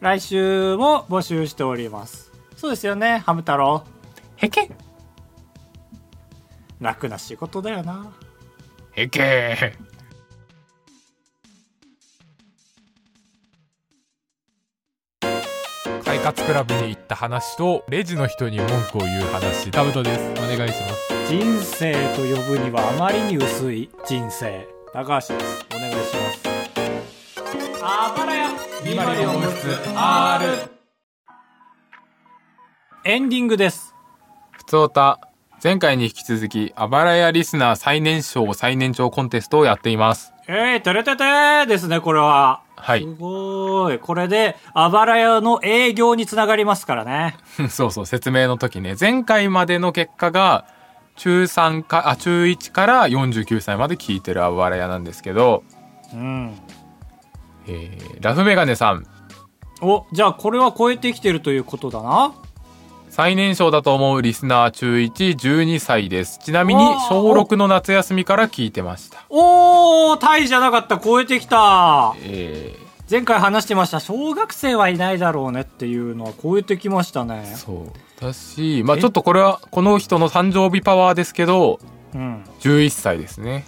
Speaker 1: 来週も募集しておりますそうですよねハム太郎
Speaker 2: へけ
Speaker 1: 楽な仕事だよな
Speaker 2: へけ快活クラブに行った話とレジの人に文句を言う話タブトですお願いします
Speaker 1: 人生と呼ぶにはあまりに薄い人生高橋ですお願いしますあばらやエンディングです
Speaker 2: ふつおた前回に引き続きあばらやリスナー最年少最年長コンテストをやっています
Speaker 1: えい、てれててーですね、これは。
Speaker 2: はい
Speaker 1: すごーい。これで、あばら屋の営業につながりますからね。
Speaker 2: そうそう、説明の時ね。前回までの結果が、中3か、あ、中1から49歳まで聞いてるあばら屋なんですけど、
Speaker 1: うん。
Speaker 2: えーラフメガネさん、
Speaker 1: お、じゃあこれは超えてきてるということだな。
Speaker 2: 最年少だと思うリスナー中1、12歳です。ちなみに
Speaker 1: おー、
Speaker 2: 小6の夏休みから聞いてました。
Speaker 1: おー、タイじゃなかった、超えてきた。
Speaker 2: え
Speaker 1: 前回話してました、小学生はいないだろうねっていうのは超えてきましたね
Speaker 2: ー、。そう。だし、まあちょっとこれは、この人の誕生日パワーですけど、
Speaker 1: うん。
Speaker 2: 11歳ですね。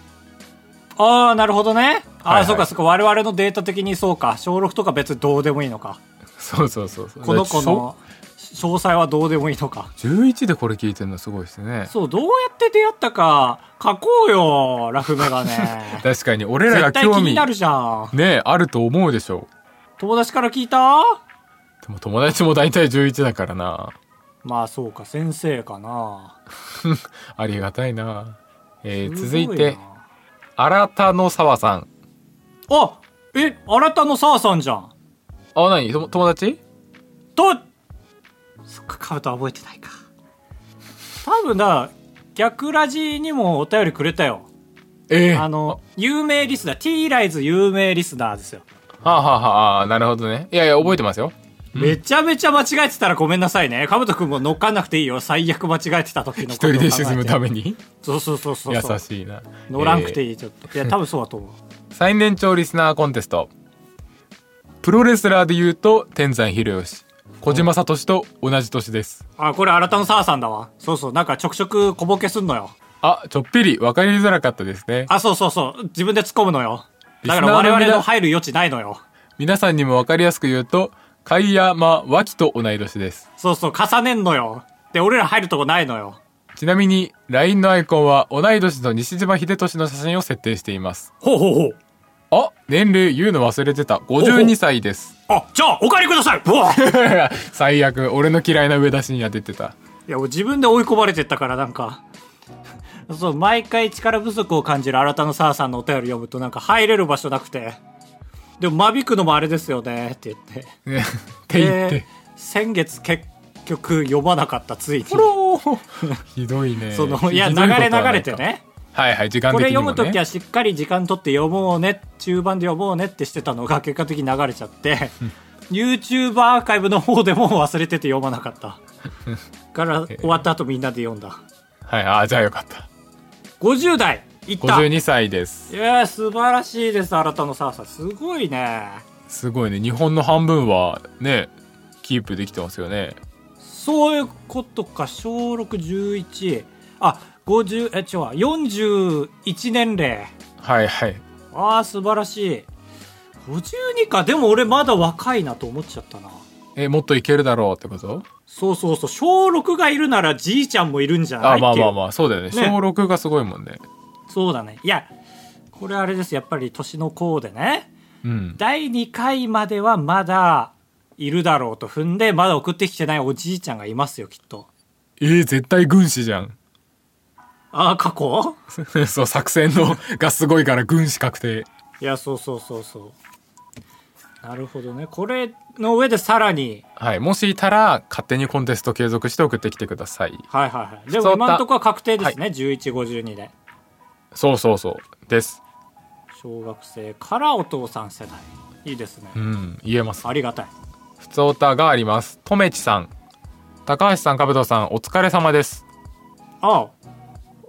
Speaker 1: あー、なるほどね。あー、
Speaker 2: はいはい
Speaker 1: そうかそうか、我々のデータ的にそうか。小6とか別にどうでもいいのか。
Speaker 2: そうそうそうそう。
Speaker 1: この子
Speaker 2: 小。
Speaker 1: の詳細はどうでもいいのか。
Speaker 2: 11でこれ聞いてるのすごいですね。。
Speaker 1: そう、どうやって出会ったか、書こうよ、ラフメガネ
Speaker 2: 確かに、俺ら
Speaker 1: 絶
Speaker 2: が
Speaker 1: 対気
Speaker 2: 興
Speaker 1: に
Speaker 2: 味
Speaker 1: な、るじゃん。
Speaker 2: ねえあると思うでしょ
Speaker 1: 友達から聞いた
Speaker 2: うでも友達も大体11だからな
Speaker 1: まあそうか、先生かな。
Speaker 2: ありがたいな、えー
Speaker 1: す
Speaker 2: 続
Speaker 1: ご
Speaker 2: いて
Speaker 1: な
Speaker 2: 新田の沢さん
Speaker 1: あえ、新たの沢さんじゃん。
Speaker 2: あ何とも友達
Speaker 1: と、そっか、カブトは覚えてないか。多分な、逆ラジにもお便りくれたよ。
Speaker 2: ええ
Speaker 1: あの、有名リスナー、T ライズ有名リスナーですよ。
Speaker 2: あはあはあはあなるほどねいやいや覚えてますよ
Speaker 1: めちゃめちゃ間違えてたらごめんなさいね。かぶとくんも乗っかんなくていいよ。最悪間違えてた時のことを
Speaker 2: 一
Speaker 1: 考え
Speaker 2: 人
Speaker 1: て
Speaker 2: で沈むために
Speaker 1: そうそうそうそう。
Speaker 2: 優しいな
Speaker 1: 乗らんくて
Speaker 2: い、
Speaker 1: いい、ちょっと。いや、多分そうだと思う。
Speaker 2: えー最年長リスナーコンテストプロレスラーで言うと天山博義小島聡と同じ年です
Speaker 1: あ、これ、新たの沢さんだわ。そうそう、なんかちょくちょく小ボケすんのよ。
Speaker 2: あちょっぴり分かりづらかったですね
Speaker 1: あ、そうそうそう。自分で突っ込むのよ。だから
Speaker 2: リスナーの
Speaker 1: 我
Speaker 2: 皆
Speaker 1: 々の入る余地ないのよ。
Speaker 2: 皆さんにも分かりやすく言うと貝山脇と同い年です
Speaker 1: そうそう、重ねんのよ。で、俺ら入るとこないのよ。
Speaker 2: ちなみに LINE のアイコンは同い年の西島秀俊の写真を設定しています
Speaker 1: ほうほうほう。
Speaker 2: あ年齢言うの忘れてた52歳です
Speaker 1: あ、じゃあ、お帰りくださいうわい
Speaker 2: 最悪俺の嫌いな上田晋也出てた
Speaker 1: や、俺自分で追い込まれてったから、なんか。 そう、毎回力不足を感じる新たの沢さんのお便り読むと、なんか入れる場所なくて。でも、間引くのもあれですよね、って言って。
Speaker 2: ねって言って
Speaker 1: で、先月結局読まなかった、ついに。
Speaker 2: ひどいね
Speaker 1: その、いや、
Speaker 2: ひ
Speaker 1: 流
Speaker 2: どことは
Speaker 1: れ
Speaker 2: な
Speaker 1: 流
Speaker 2: い
Speaker 1: れてね。
Speaker 2: はいはい時間
Speaker 1: これ
Speaker 2: 的に
Speaker 1: 読
Speaker 2: も、ね、
Speaker 1: むときはしっかり時間取って読もうね、中盤で読もうねってしてたのが 結果的に流れちゃって、YouTube アーカイブの方でも忘れてて読まなかった。から終わった後みんなで読んだ。
Speaker 2: はいあじゃあよかった
Speaker 1: 50代いったい
Speaker 2: 52歳です
Speaker 1: やー素晴らしいです、新たのサーサー。すごいね。
Speaker 2: すごいね日本の半分はねキープできてますよね
Speaker 1: そういうことか、小6、11。あ、50、え、違う、41年齢。
Speaker 2: はいはい
Speaker 1: ああ、素晴らしい。52か。でも俺まだ若いなと思っちゃったな。
Speaker 2: えもっといけるだろうってこと
Speaker 1: そうそうそう小6がいるならじいちゃんもいるんじゃない
Speaker 2: あまあ
Speaker 1: ってい
Speaker 2: ま
Speaker 1: う
Speaker 2: あまあそうだよね
Speaker 1: ね
Speaker 2: 小6がすごいもんね
Speaker 1: そうだねいやこれあれですやっぱり年の功でね
Speaker 2: うん
Speaker 1: 第2回まではまだいるだろうと踏んでまだ送ってきてないおじいちゃんがいますよきっと
Speaker 2: えー、絶対軍師じゃん
Speaker 1: ああ過去
Speaker 2: そう作戦の がすごいから軍師確定
Speaker 1: いやそうそうそうそうなるほどねこれの上でさらに
Speaker 2: はいもしいたら勝手にコンテスト継続して送ってきてください
Speaker 1: はいはいはいで
Speaker 2: 普通
Speaker 1: も
Speaker 2: だ
Speaker 1: 今のところは確定ですね、1152で
Speaker 2: そうそうそうです
Speaker 1: 小学生からお父さん世代いいですね、
Speaker 2: うん言えます
Speaker 1: ありがたい
Speaker 2: 普通オタがありますとめちさん高橋さんかぶとさんお疲れ様です
Speaker 1: ああ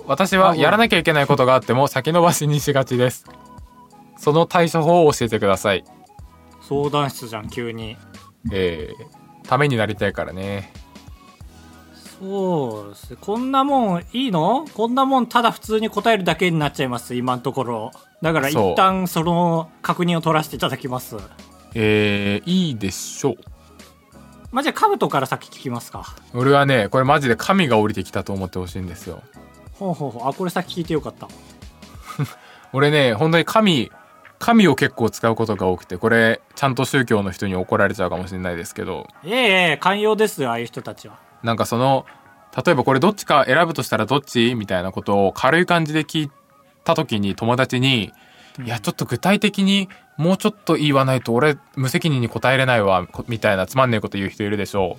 Speaker 2: 私
Speaker 1: あ
Speaker 2: は
Speaker 1: うん
Speaker 2: やらなきゃいけないことがあっても先延ばしにしがちですその対処法を教えてください
Speaker 1: 相談室じゃん急に
Speaker 2: えー、ためになりたいからね
Speaker 1: そうですねこんなもんいいのこんなもんただ普通に答えるだけになっちゃいます今のところだから
Speaker 2: そう
Speaker 1: 一旦その確認を取らせていただきます
Speaker 2: えー、いいでしょう
Speaker 1: まあじゃあカブトから先聞きますか
Speaker 2: 俺はねこれマジで神が降りてきたと思ってほしいんですよ
Speaker 1: ほうほうほうあこれ先聞いてよかった
Speaker 2: 俺ね本当に神神を結構使うことが多くてこれちゃんと宗教の人に怒られちゃうかもしれないですけど
Speaker 1: ええええ寛容ですよああいう人たちは
Speaker 2: なんかその例えばこれどっちか選ぶとしたらどっちみたいなことを軽い感じで聞いた時に友達に「いやちょっと具体的にもうちょっと言わないと俺無責任に答えれないわ」こみたいなつまんねえこと言う人いるでしょ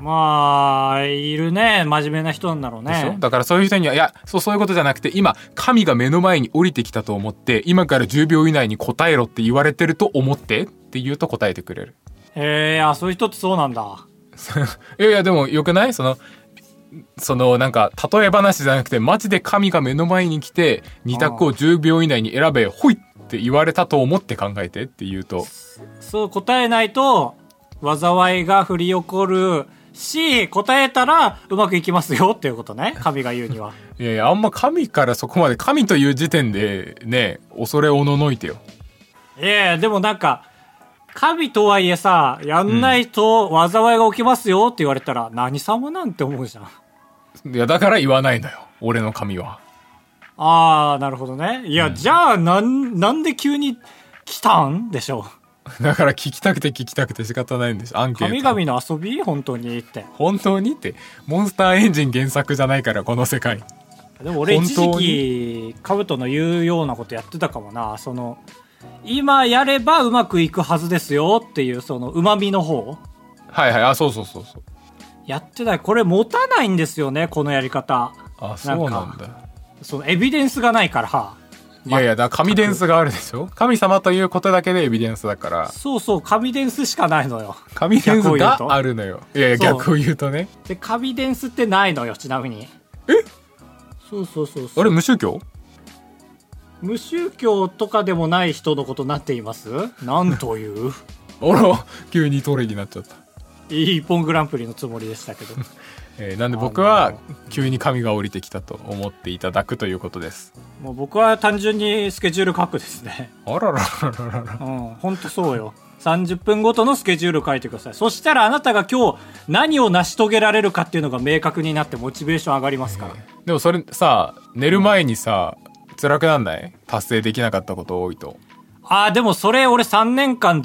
Speaker 1: まあいるね真面目な人なんだろう
Speaker 2: う、でし
Speaker 1: ね
Speaker 2: ょだからそういう人には「いやそうそういうことじゃなくて今神が目の前に降りてきたと思って今から10秒以内に答えろって言われてると思って」って言うと答えてくれる。
Speaker 1: へえあそういう人ってそうなんだ
Speaker 2: いやいやでもよくないそのそのなんか例え話じゃなくてマジで神が目の前に来て二択を10秒以内に選べほいって言われたと思って考えてって言うと
Speaker 1: そう答えないと災いが振り起こるし答えたらうまくいきますよっていうことね神が言うには
Speaker 2: いやいやあんま神からそこまで神という時点でね恐れおののいてよ
Speaker 1: ええでもなんか神とはいえさやんないと災いが起きますよって言われたら、何様なんて思うじゃん
Speaker 2: いやだから言わないのよ俺の神は
Speaker 1: ああなるほどねいや、じゃあなんなんで急に来たんでしょ
Speaker 2: だから聞きたくて聞きたくて仕方ないんですアン
Speaker 1: う
Speaker 2: ケート
Speaker 1: 神々の遊び本当にって
Speaker 2: 本当にってモンスターエンジン原作じゃないからこの世界
Speaker 1: でも俺
Speaker 2: 本
Speaker 1: 一
Speaker 2: 当
Speaker 1: 時
Speaker 2: に
Speaker 1: 期カブトの言うようなことやってたかもなその今やればうまくいくはずですよっていうそのうまみの方
Speaker 2: はいはいあそうそうそうそう
Speaker 1: やってないこれ持たないんですよねこのやり方
Speaker 2: あそうなん
Speaker 1: な
Speaker 2: だ
Speaker 1: んそのエビデンスがないから
Speaker 2: いやいや、だから神伝説があるでしょ神様ということだけでエビデンスだから、
Speaker 1: そうそう神デンスしかないのよ
Speaker 2: 神伝説があるのよ。いやいや、
Speaker 1: そう
Speaker 2: 逆を言うとね。
Speaker 1: で神デンスってないのよちなみにえそうそうそうそう
Speaker 2: あれ、無宗教
Speaker 1: 無宗教とかでもない人のことなっていますなんという
Speaker 2: あら、急にトレになっちゃった。
Speaker 1: いい一本グランプリのつもりでしたけど
Speaker 2: えーなんで僕
Speaker 1: あ
Speaker 2: は
Speaker 1: の、
Speaker 2: 急に神が降りてきたと思っていただくということです。
Speaker 1: もう僕は単純にスケジュール書くですね。
Speaker 2: あらららららら。
Speaker 1: うん、ほんとそうよ。30分ごとのスケジュール書いてください。そしたらあなたが今日何を成し遂げられるかっていうのが明確になってモチベーション上がりますから。
Speaker 2: でもそれさ、寝る前にさ、辛くなんない達成できなかったこと多いと。
Speaker 1: ああ、でもそれ俺3年間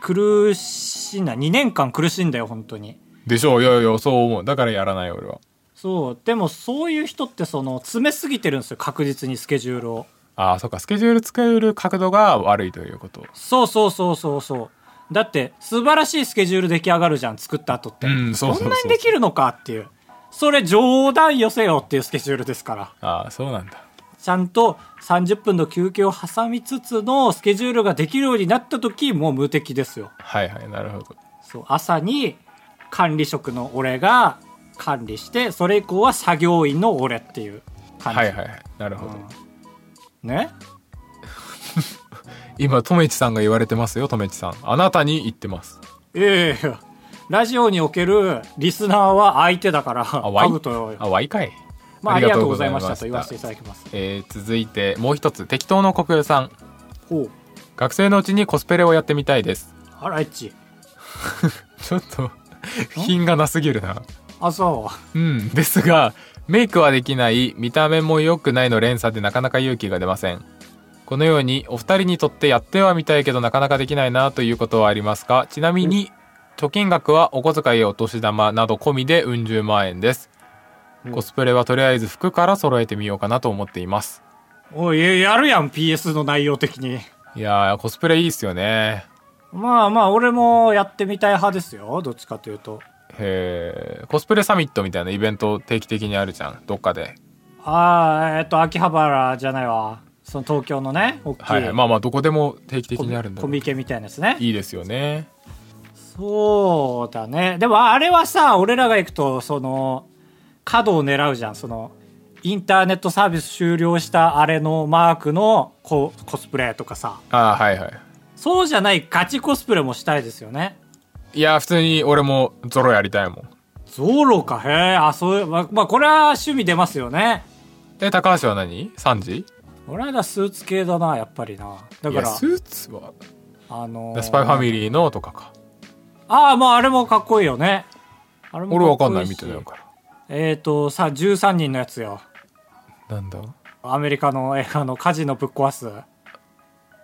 Speaker 1: 苦しんだ。2年間苦しんだよ、本当に。
Speaker 2: でしょういやいや、そう思う。だからやらない、俺は。
Speaker 1: そう。でもそういう人ってその詰めすぎてるんですよ、確実にスケジュールを。
Speaker 2: ああ、そっか、スケジュール作る角度が悪いということ。
Speaker 1: そうそうそうそうそう。だって素晴らしいスケジュール出来上がるじゃん、作った後って。
Speaker 2: うんそうそうそうそ
Speaker 1: こ
Speaker 2: う
Speaker 1: んなにできるのかっていう。それ冗談よせよっていうスケジュールですから。
Speaker 2: ああ、そうなんだ。
Speaker 1: ちゃんと30分の休憩を挟みつつのスケジュールができるようになった時、もう無敵ですよ。
Speaker 2: はいはい、なるほど。
Speaker 1: そう、朝に管理職の俺が管理して、それ以降は作業員の俺っていう感じ。
Speaker 2: はいはいはい、なるほど。
Speaker 1: ね
Speaker 2: 今とめちさんが言われてますよとめちさんあなたに言ってます
Speaker 1: ええラジオにおけるリスナーは相手だから、
Speaker 2: あわ
Speaker 1: カ
Speaker 2: い
Speaker 1: ブトよ。
Speaker 2: あわいかい
Speaker 1: まあ、ありがとうございましたと言わせていただきます。
Speaker 2: えー続いてもう一つ適当の国有さん
Speaker 1: ほう。
Speaker 2: 学生のうちにコスプレをやってみたいです
Speaker 1: あら、エッチ。
Speaker 2: ちょっと品がなすぎるな
Speaker 1: あそ
Speaker 2: うんですがメイクはできない見た目も良くないの連鎖でなかなか勇気が出ませんこのようにお二人にとってやってはみたいけどなかなかできないなということはありますかちなみに貯金額はお小遣いやお年玉など込みでうん十万円です
Speaker 1: うん
Speaker 2: コスプレはとりあえず服から揃えてみようかなと思っています
Speaker 1: うおいややるやん PS の内容的に
Speaker 2: いやーコスプレいいっすよね
Speaker 1: まあまあ俺もやってみたい派ですよどっちかというと
Speaker 2: へーコスプレサミットみたいなイベント定期的にあるじゃんどっかで、
Speaker 1: ああえっと秋葉原じゃないわその東京のね大きい、
Speaker 2: はいはいまあまあどこでも定期的
Speaker 1: コミ
Speaker 2: にあるんだ
Speaker 1: コミケみたいなやつね
Speaker 2: いいですよね
Speaker 1: そうだねでもあれはさ俺らが行くとその角を狙うじゃんそのインターネットサービス終了したあれのマークのココスプレとかさ
Speaker 2: ああはいはい
Speaker 1: そうじゃないガチコスプレもしたいですよね
Speaker 2: いや普通に俺もゾロやりたいもん
Speaker 1: ゾロかへえあそういうままあこれは趣味出ますよね
Speaker 2: で高橋は何 ?3 時
Speaker 1: 俺らスーツ系だなやっぱりなだ
Speaker 2: い
Speaker 1: か
Speaker 2: や
Speaker 1: ら
Speaker 2: スーツは
Speaker 1: あの
Speaker 2: スパイファミ
Speaker 1: リー
Speaker 2: リーのとかか
Speaker 1: ああまああれもかっこいいよねあれも
Speaker 2: 俺わか
Speaker 1: っ
Speaker 2: ん
Speaker 1: こ
Speaker 2: ない
Speaker 1: し
Speaker 2: 見てないか
Speaker 1: えっ、とさ13人のやつよ
Speaker 2: らなんだ
Speaker 1: アメリカの映画のカジノぶっ壊す
Speaker 2: あ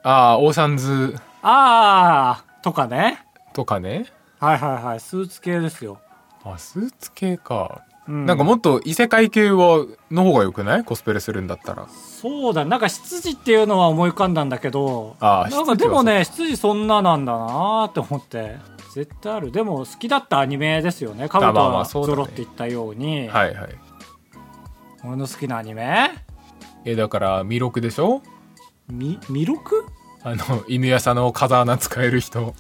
Speaker 2: あーオーシャンズ
Speaker 1: あーとかね
Speaker 2: とかね
Speaker 1: はいはいはいスーツ系ですよ、
Speaker 2: あスーツ系か、
Speaker 1: うん、
Speaker 2: なんかもっと異世界系はの方がよくないコスプレするんだったら
Speaker 1: そうだなんか執事っていうのは思い浮かんだんだけど
Speaker 2: あー
Speaker 1: なんか
Speaker 2: 執事
Speaker 1: で
Speaker 2: は
Speaker 1: もね執事そんななんだなーって思って絶対あるでも好きだったアニメですよねカブト
Speaker 2: まあまあ
Speaker 1: が
Speaker 2: そう
Speaker 1: ゾ
Speaker 2: だ
Speaker 1: ロ
Speaker 2: ね
Speaker 1: って言ったように
Speaker 2: はいはい
Speaker 1: 俺の好きなアニメ
Speaker 2: えだから弥勒でしょ
Speaker 1: み弥勒
Speaker 2: あの犬屋さんの風穴使える人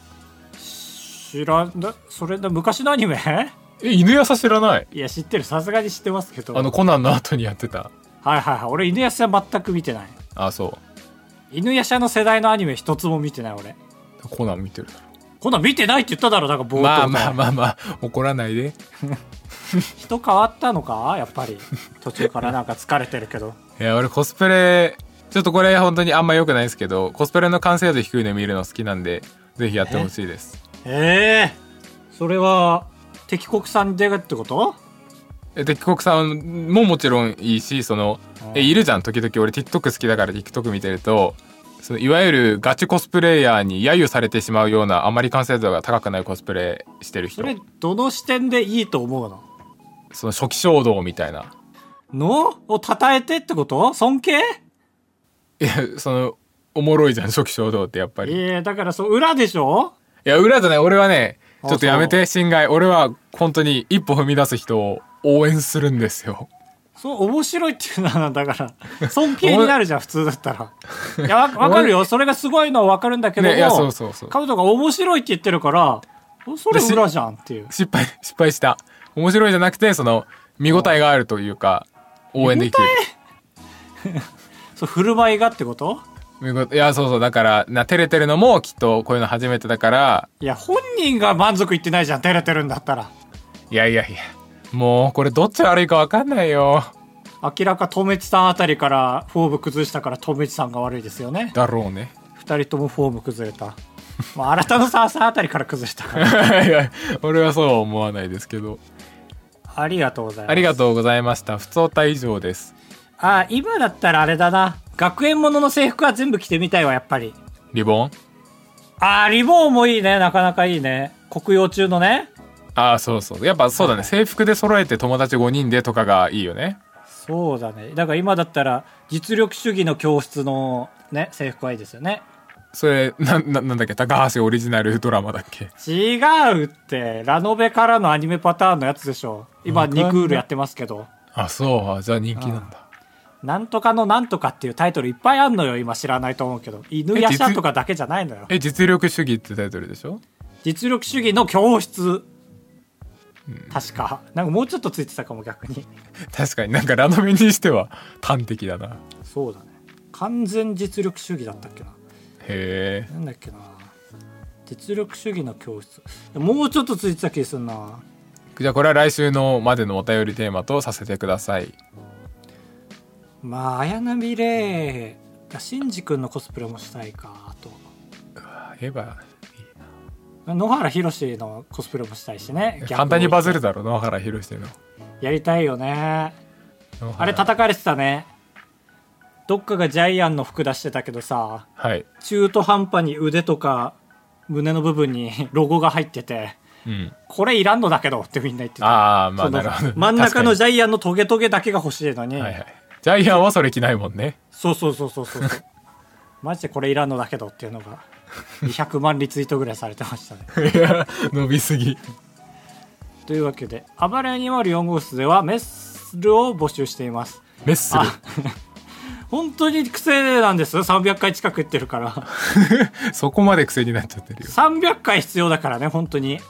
Speaker 1: 知らんだそれだ昔のアニメ
Speaker 2: え犬屋さん知らない
Speaker 1: いや知ってるさすがに知ってますけど
Speaker 2: あのコナンの後にやってた
Speaker 1: はいはいはい俺犬屋さん全く見てない
Speaker 2: あそ
Speaker 1: 犬屋舎の世代のアニメ一つも見てない俺
Speaker 2: うコナン見てるだ
Speaker 1: こんなん見てないって言っただろだから冒
Speaker 2: ろ
Speaker 1: 頭
Speaker 2: まあ
Speaker 1: で
Speaker 2: まあまあまあ怒らないで
Speaker 1: 人変わったのかやっ ぱり途中からなんか疲れてるけど
Speaker 2: いや俺コスプレちょっとこれ本当にあんま良くないですけどコスプレの完成度低いの見るの好きなんでぜひやってほしいです
Speaker 1: ええそれは敵国産でってこと
Speaker 2: えで国さんももちろんいいしその
Speaker 1: うん
Speaker 2: えいるじゃん時々俺 TikTok 好きだから TikTok 見てるとそのいわゆるガチコスプレイヤーに揶揄されてしまうようなあまり完成度が高くないコスプレしてる
Speaker 1: そ
Speaker 2: 人
Speaker 1: れどの視点でいいと思うの
Speaker 2: その初期衝動みたいな
Speaker 1: のを称えてってこと尊敬
Speaker 2: いやそのおもろいじゃん初期衝動ってやっぱ
Speaker 1: い
Speaker 2: りい
Speaker 1: やだからそう裏でしょ
Speaker 2: や裏じゃない俺はね
Speaker 1: あ
Speaker 2: ちょっとやめて侵害俺は本当に一歩踏み出す人を応援するんですよ
Speaker 1: そう面白いっていうのはだから尊敬になるじゃん普通だったらい やわわかるよそれがすごいのはわかるんだけども、
Speaker 2: ねいやそうそうそう
Speaker 1: カブトが面白いって言ってるからそれ裏じゃんっていう
Speaker 2: 失敗 失敗した面白いじゃなくてその見応えがあるというか応援できる
Speaker 1: そう振る舞いがってこと
Speaker 2: 見応えいやそうそうだからな照れてるのもきっとこういうの初めてだから
Speaker 1: いや、本人が満足いってないじゃん、照れてるんだったら。
Speaker 2: いやいやいやもうこれどっち悪いか分かんないよ
Speaker 1: 明らか、とめちさんあたりからフォーム崩したから、とめちさんが悪いですよね。
Speaker 2: だろうね
Speaker 1: 二人ともフォーム崩れた。まあ、新たのさんさんあたりから崩したか
Speaker 2: い
Speaker 1: ら。
Speaker 2: や俺はそうは思わないですけど
Speaker 1: ありがとうございます。
Speaker 2: ありがとうございました普通歌以上です
Speaker 1: あ、今だったらあれだな。学園ものの制服は全部着てみたいわ、やっぱり。
Speaker 2: リボン
Speaker 1: あー、リボンもいいね。なかなかいいね。国用中のね。
Speaker 2: ああそうそうやっぱそうだね制服で揃えて友達5人でとかがいいよね
Speaker 1: そうだね。だから今だったら、実力主義の教室のね、制服はいいですよね。
Speaker 2: それなななんだっけ高橋オリジナルドラマだっけ
Speaker 1: 違うってラノベからのアニメパターンのやつでしょ今
Speaker 2: わかんな
Speaker 1: 2
Speaker 2: い
Speaker 1: クールやってますけど
Speaker 2: あそうあじゃあ人気なんだ
Speaker 1: なんとかのなんとかっていうタイトルいっぱいあんのよ今知らないと思うけど犬やしゃとかだけじゃないのよ
Speaker 2: え実力主義ってタイトルでしょ
Speaker 1: 実力主義の教室確かなんかもうちょっとついてたかも逆に
Speaker 2: 確かになんかラノベにしては端的だな
Speaker 1: そうだね完全実力主義だったっけな
Speaker 2: へえ
Speaker 1: なんだっけな実力主義の教室もうちょっとついてた気すんな
Speaker 2: じゃあこれは来週のまでのお便りテーマとさせてください
Speaker 1: まあ綾波レイシンジ君のコスプレもしたいかあと
Speaker 2: あ言えば
Speaker 1: 野原ひろしのコスプレもしたいしね
Speaker 2: 簡単にバズる
Speaker 1: だ
Speaker 2: だろ野原ひろしの
Speaker 1: やりたいよね
Speaker 2: 野原
Speaker 1: あれ叩かれてたねどっかがジャイアンの服出してたけどさ
Speaker 2: はい、
Speaker 1: 中途半端に腕とか胸の部分に ロゴが入ってて
Speaker 2: うん、
Speaker 1: これいらんのだけどってみんな言ってた
Speaker 2: ああまあ
Speaker 1: その
Speaker 2: なるほど
Speaker 1: 真ん中の
Speaker 2: ジ
Speaker 1: ジャイアンのトゲトゲだけが欲しいのに、
Speaker 2: ャ,、はいはい、ジャイアンはそれ着ないもんね
Speaker 1: そうそうそうそうそうそうマジでこれいらんのだけどっていうのが200万リツイートぐらいされてましたね
Speaker 2: いや伸びすぎ
Speaker 1: というわけで「暴れアニマル4号室」ではメッルを募集しています
Speaker 2: メッス
Speaker 1: あ本当に癖なんです300回近く言ってる から
Speaker 2: ル そこまで癖になっちゃってるよ
Speaker 1: 300回必要だからね本当に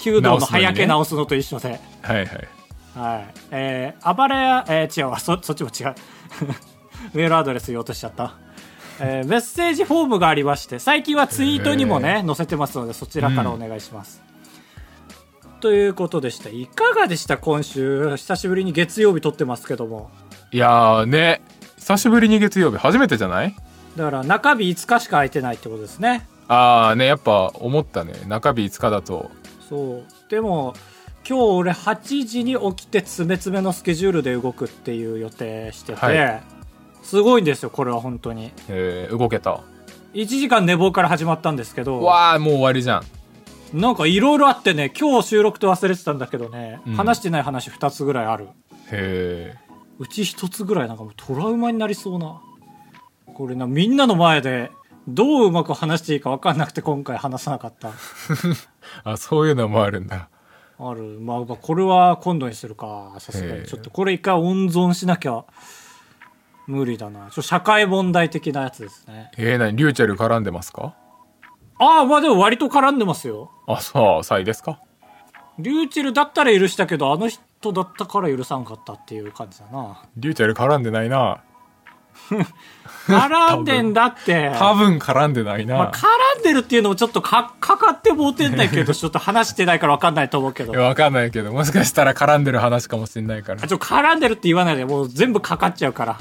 Speaker 1: 弓道の早け直
Speaker 2: 直
Speaker 1: すのと一緒で、
Speaker 2: はいはい
Speaker 1: はいえー、暴れや、えー、違うわそそっちも違う メールアドレス言おうとしちゃった、えーメッセージフォームがありまして最近はツイートにもね載せてますのでそちらからお願いします、ということでしたいかがでした今週久しぶりに月曜日撮ってますけども
Speaker 2: いやーね久しぶりに月曜日初めてじゃない
Speaker 1: だから中日5日しか空いてないってことですね
Speaker 2: ああねやっぱ思ったね中日5日だと
Speaker 1: そうでも今日俺8時に起きてつめつめのスケジュールで動くっていう予定してて、
Speaker 2: はい
Speaker 1: すごいんですよこれは本当に
Speaker 2: えー動けた
Speaker 1: 1時間寝坊から始まったんですけど
Speaker 2: わあもう終わりじゃん
Speaker 1: なんかいろいろあってね今日収録と忘れてたんだけどね、
Speaker 2: うん
Speaker 1: 話してない話2つぐらいある
Speaker 2: へえ
Speaker 1: うち1つぐらいなんかもうトラウマになりそうなこれなみんなの前でどううまく話していいか分かんなくて今回話さなかった
Speaker 2: あそういうのもあるんだ
Speaker 1: あるまあまあこれは今度にするかさすが
Speaker 2: へえ
Speaker 1: にちょっとこれ一回温存しなきゃ無理だなちょっと社会問題的なやつですね
Speaker 2: えー、何リューチェル絡んでますか
Speaker 1: ああまあでも割と絡んでますよ
Speaker 2: あそうサイですか
Speaker 1: リューチェルだったら許したけどあの人だったから許さんかったっていう感じだな
Speaker 2: リューチェル絡んでないな
Speaker 1: 絡んでんだって
Speaker 2: 多分絡んでないな、
Speaker 1: まあ、絡んでるっていうのもちょっとかかかってもうてんだけどちょっと話してないから分かんないと思うけど
Speaker 2: いやわかんないけどもしかしたら絡んでる話かもしれないから
Speaker 1: あちょ絡んでるって言わないでもう全部かかっちゃうから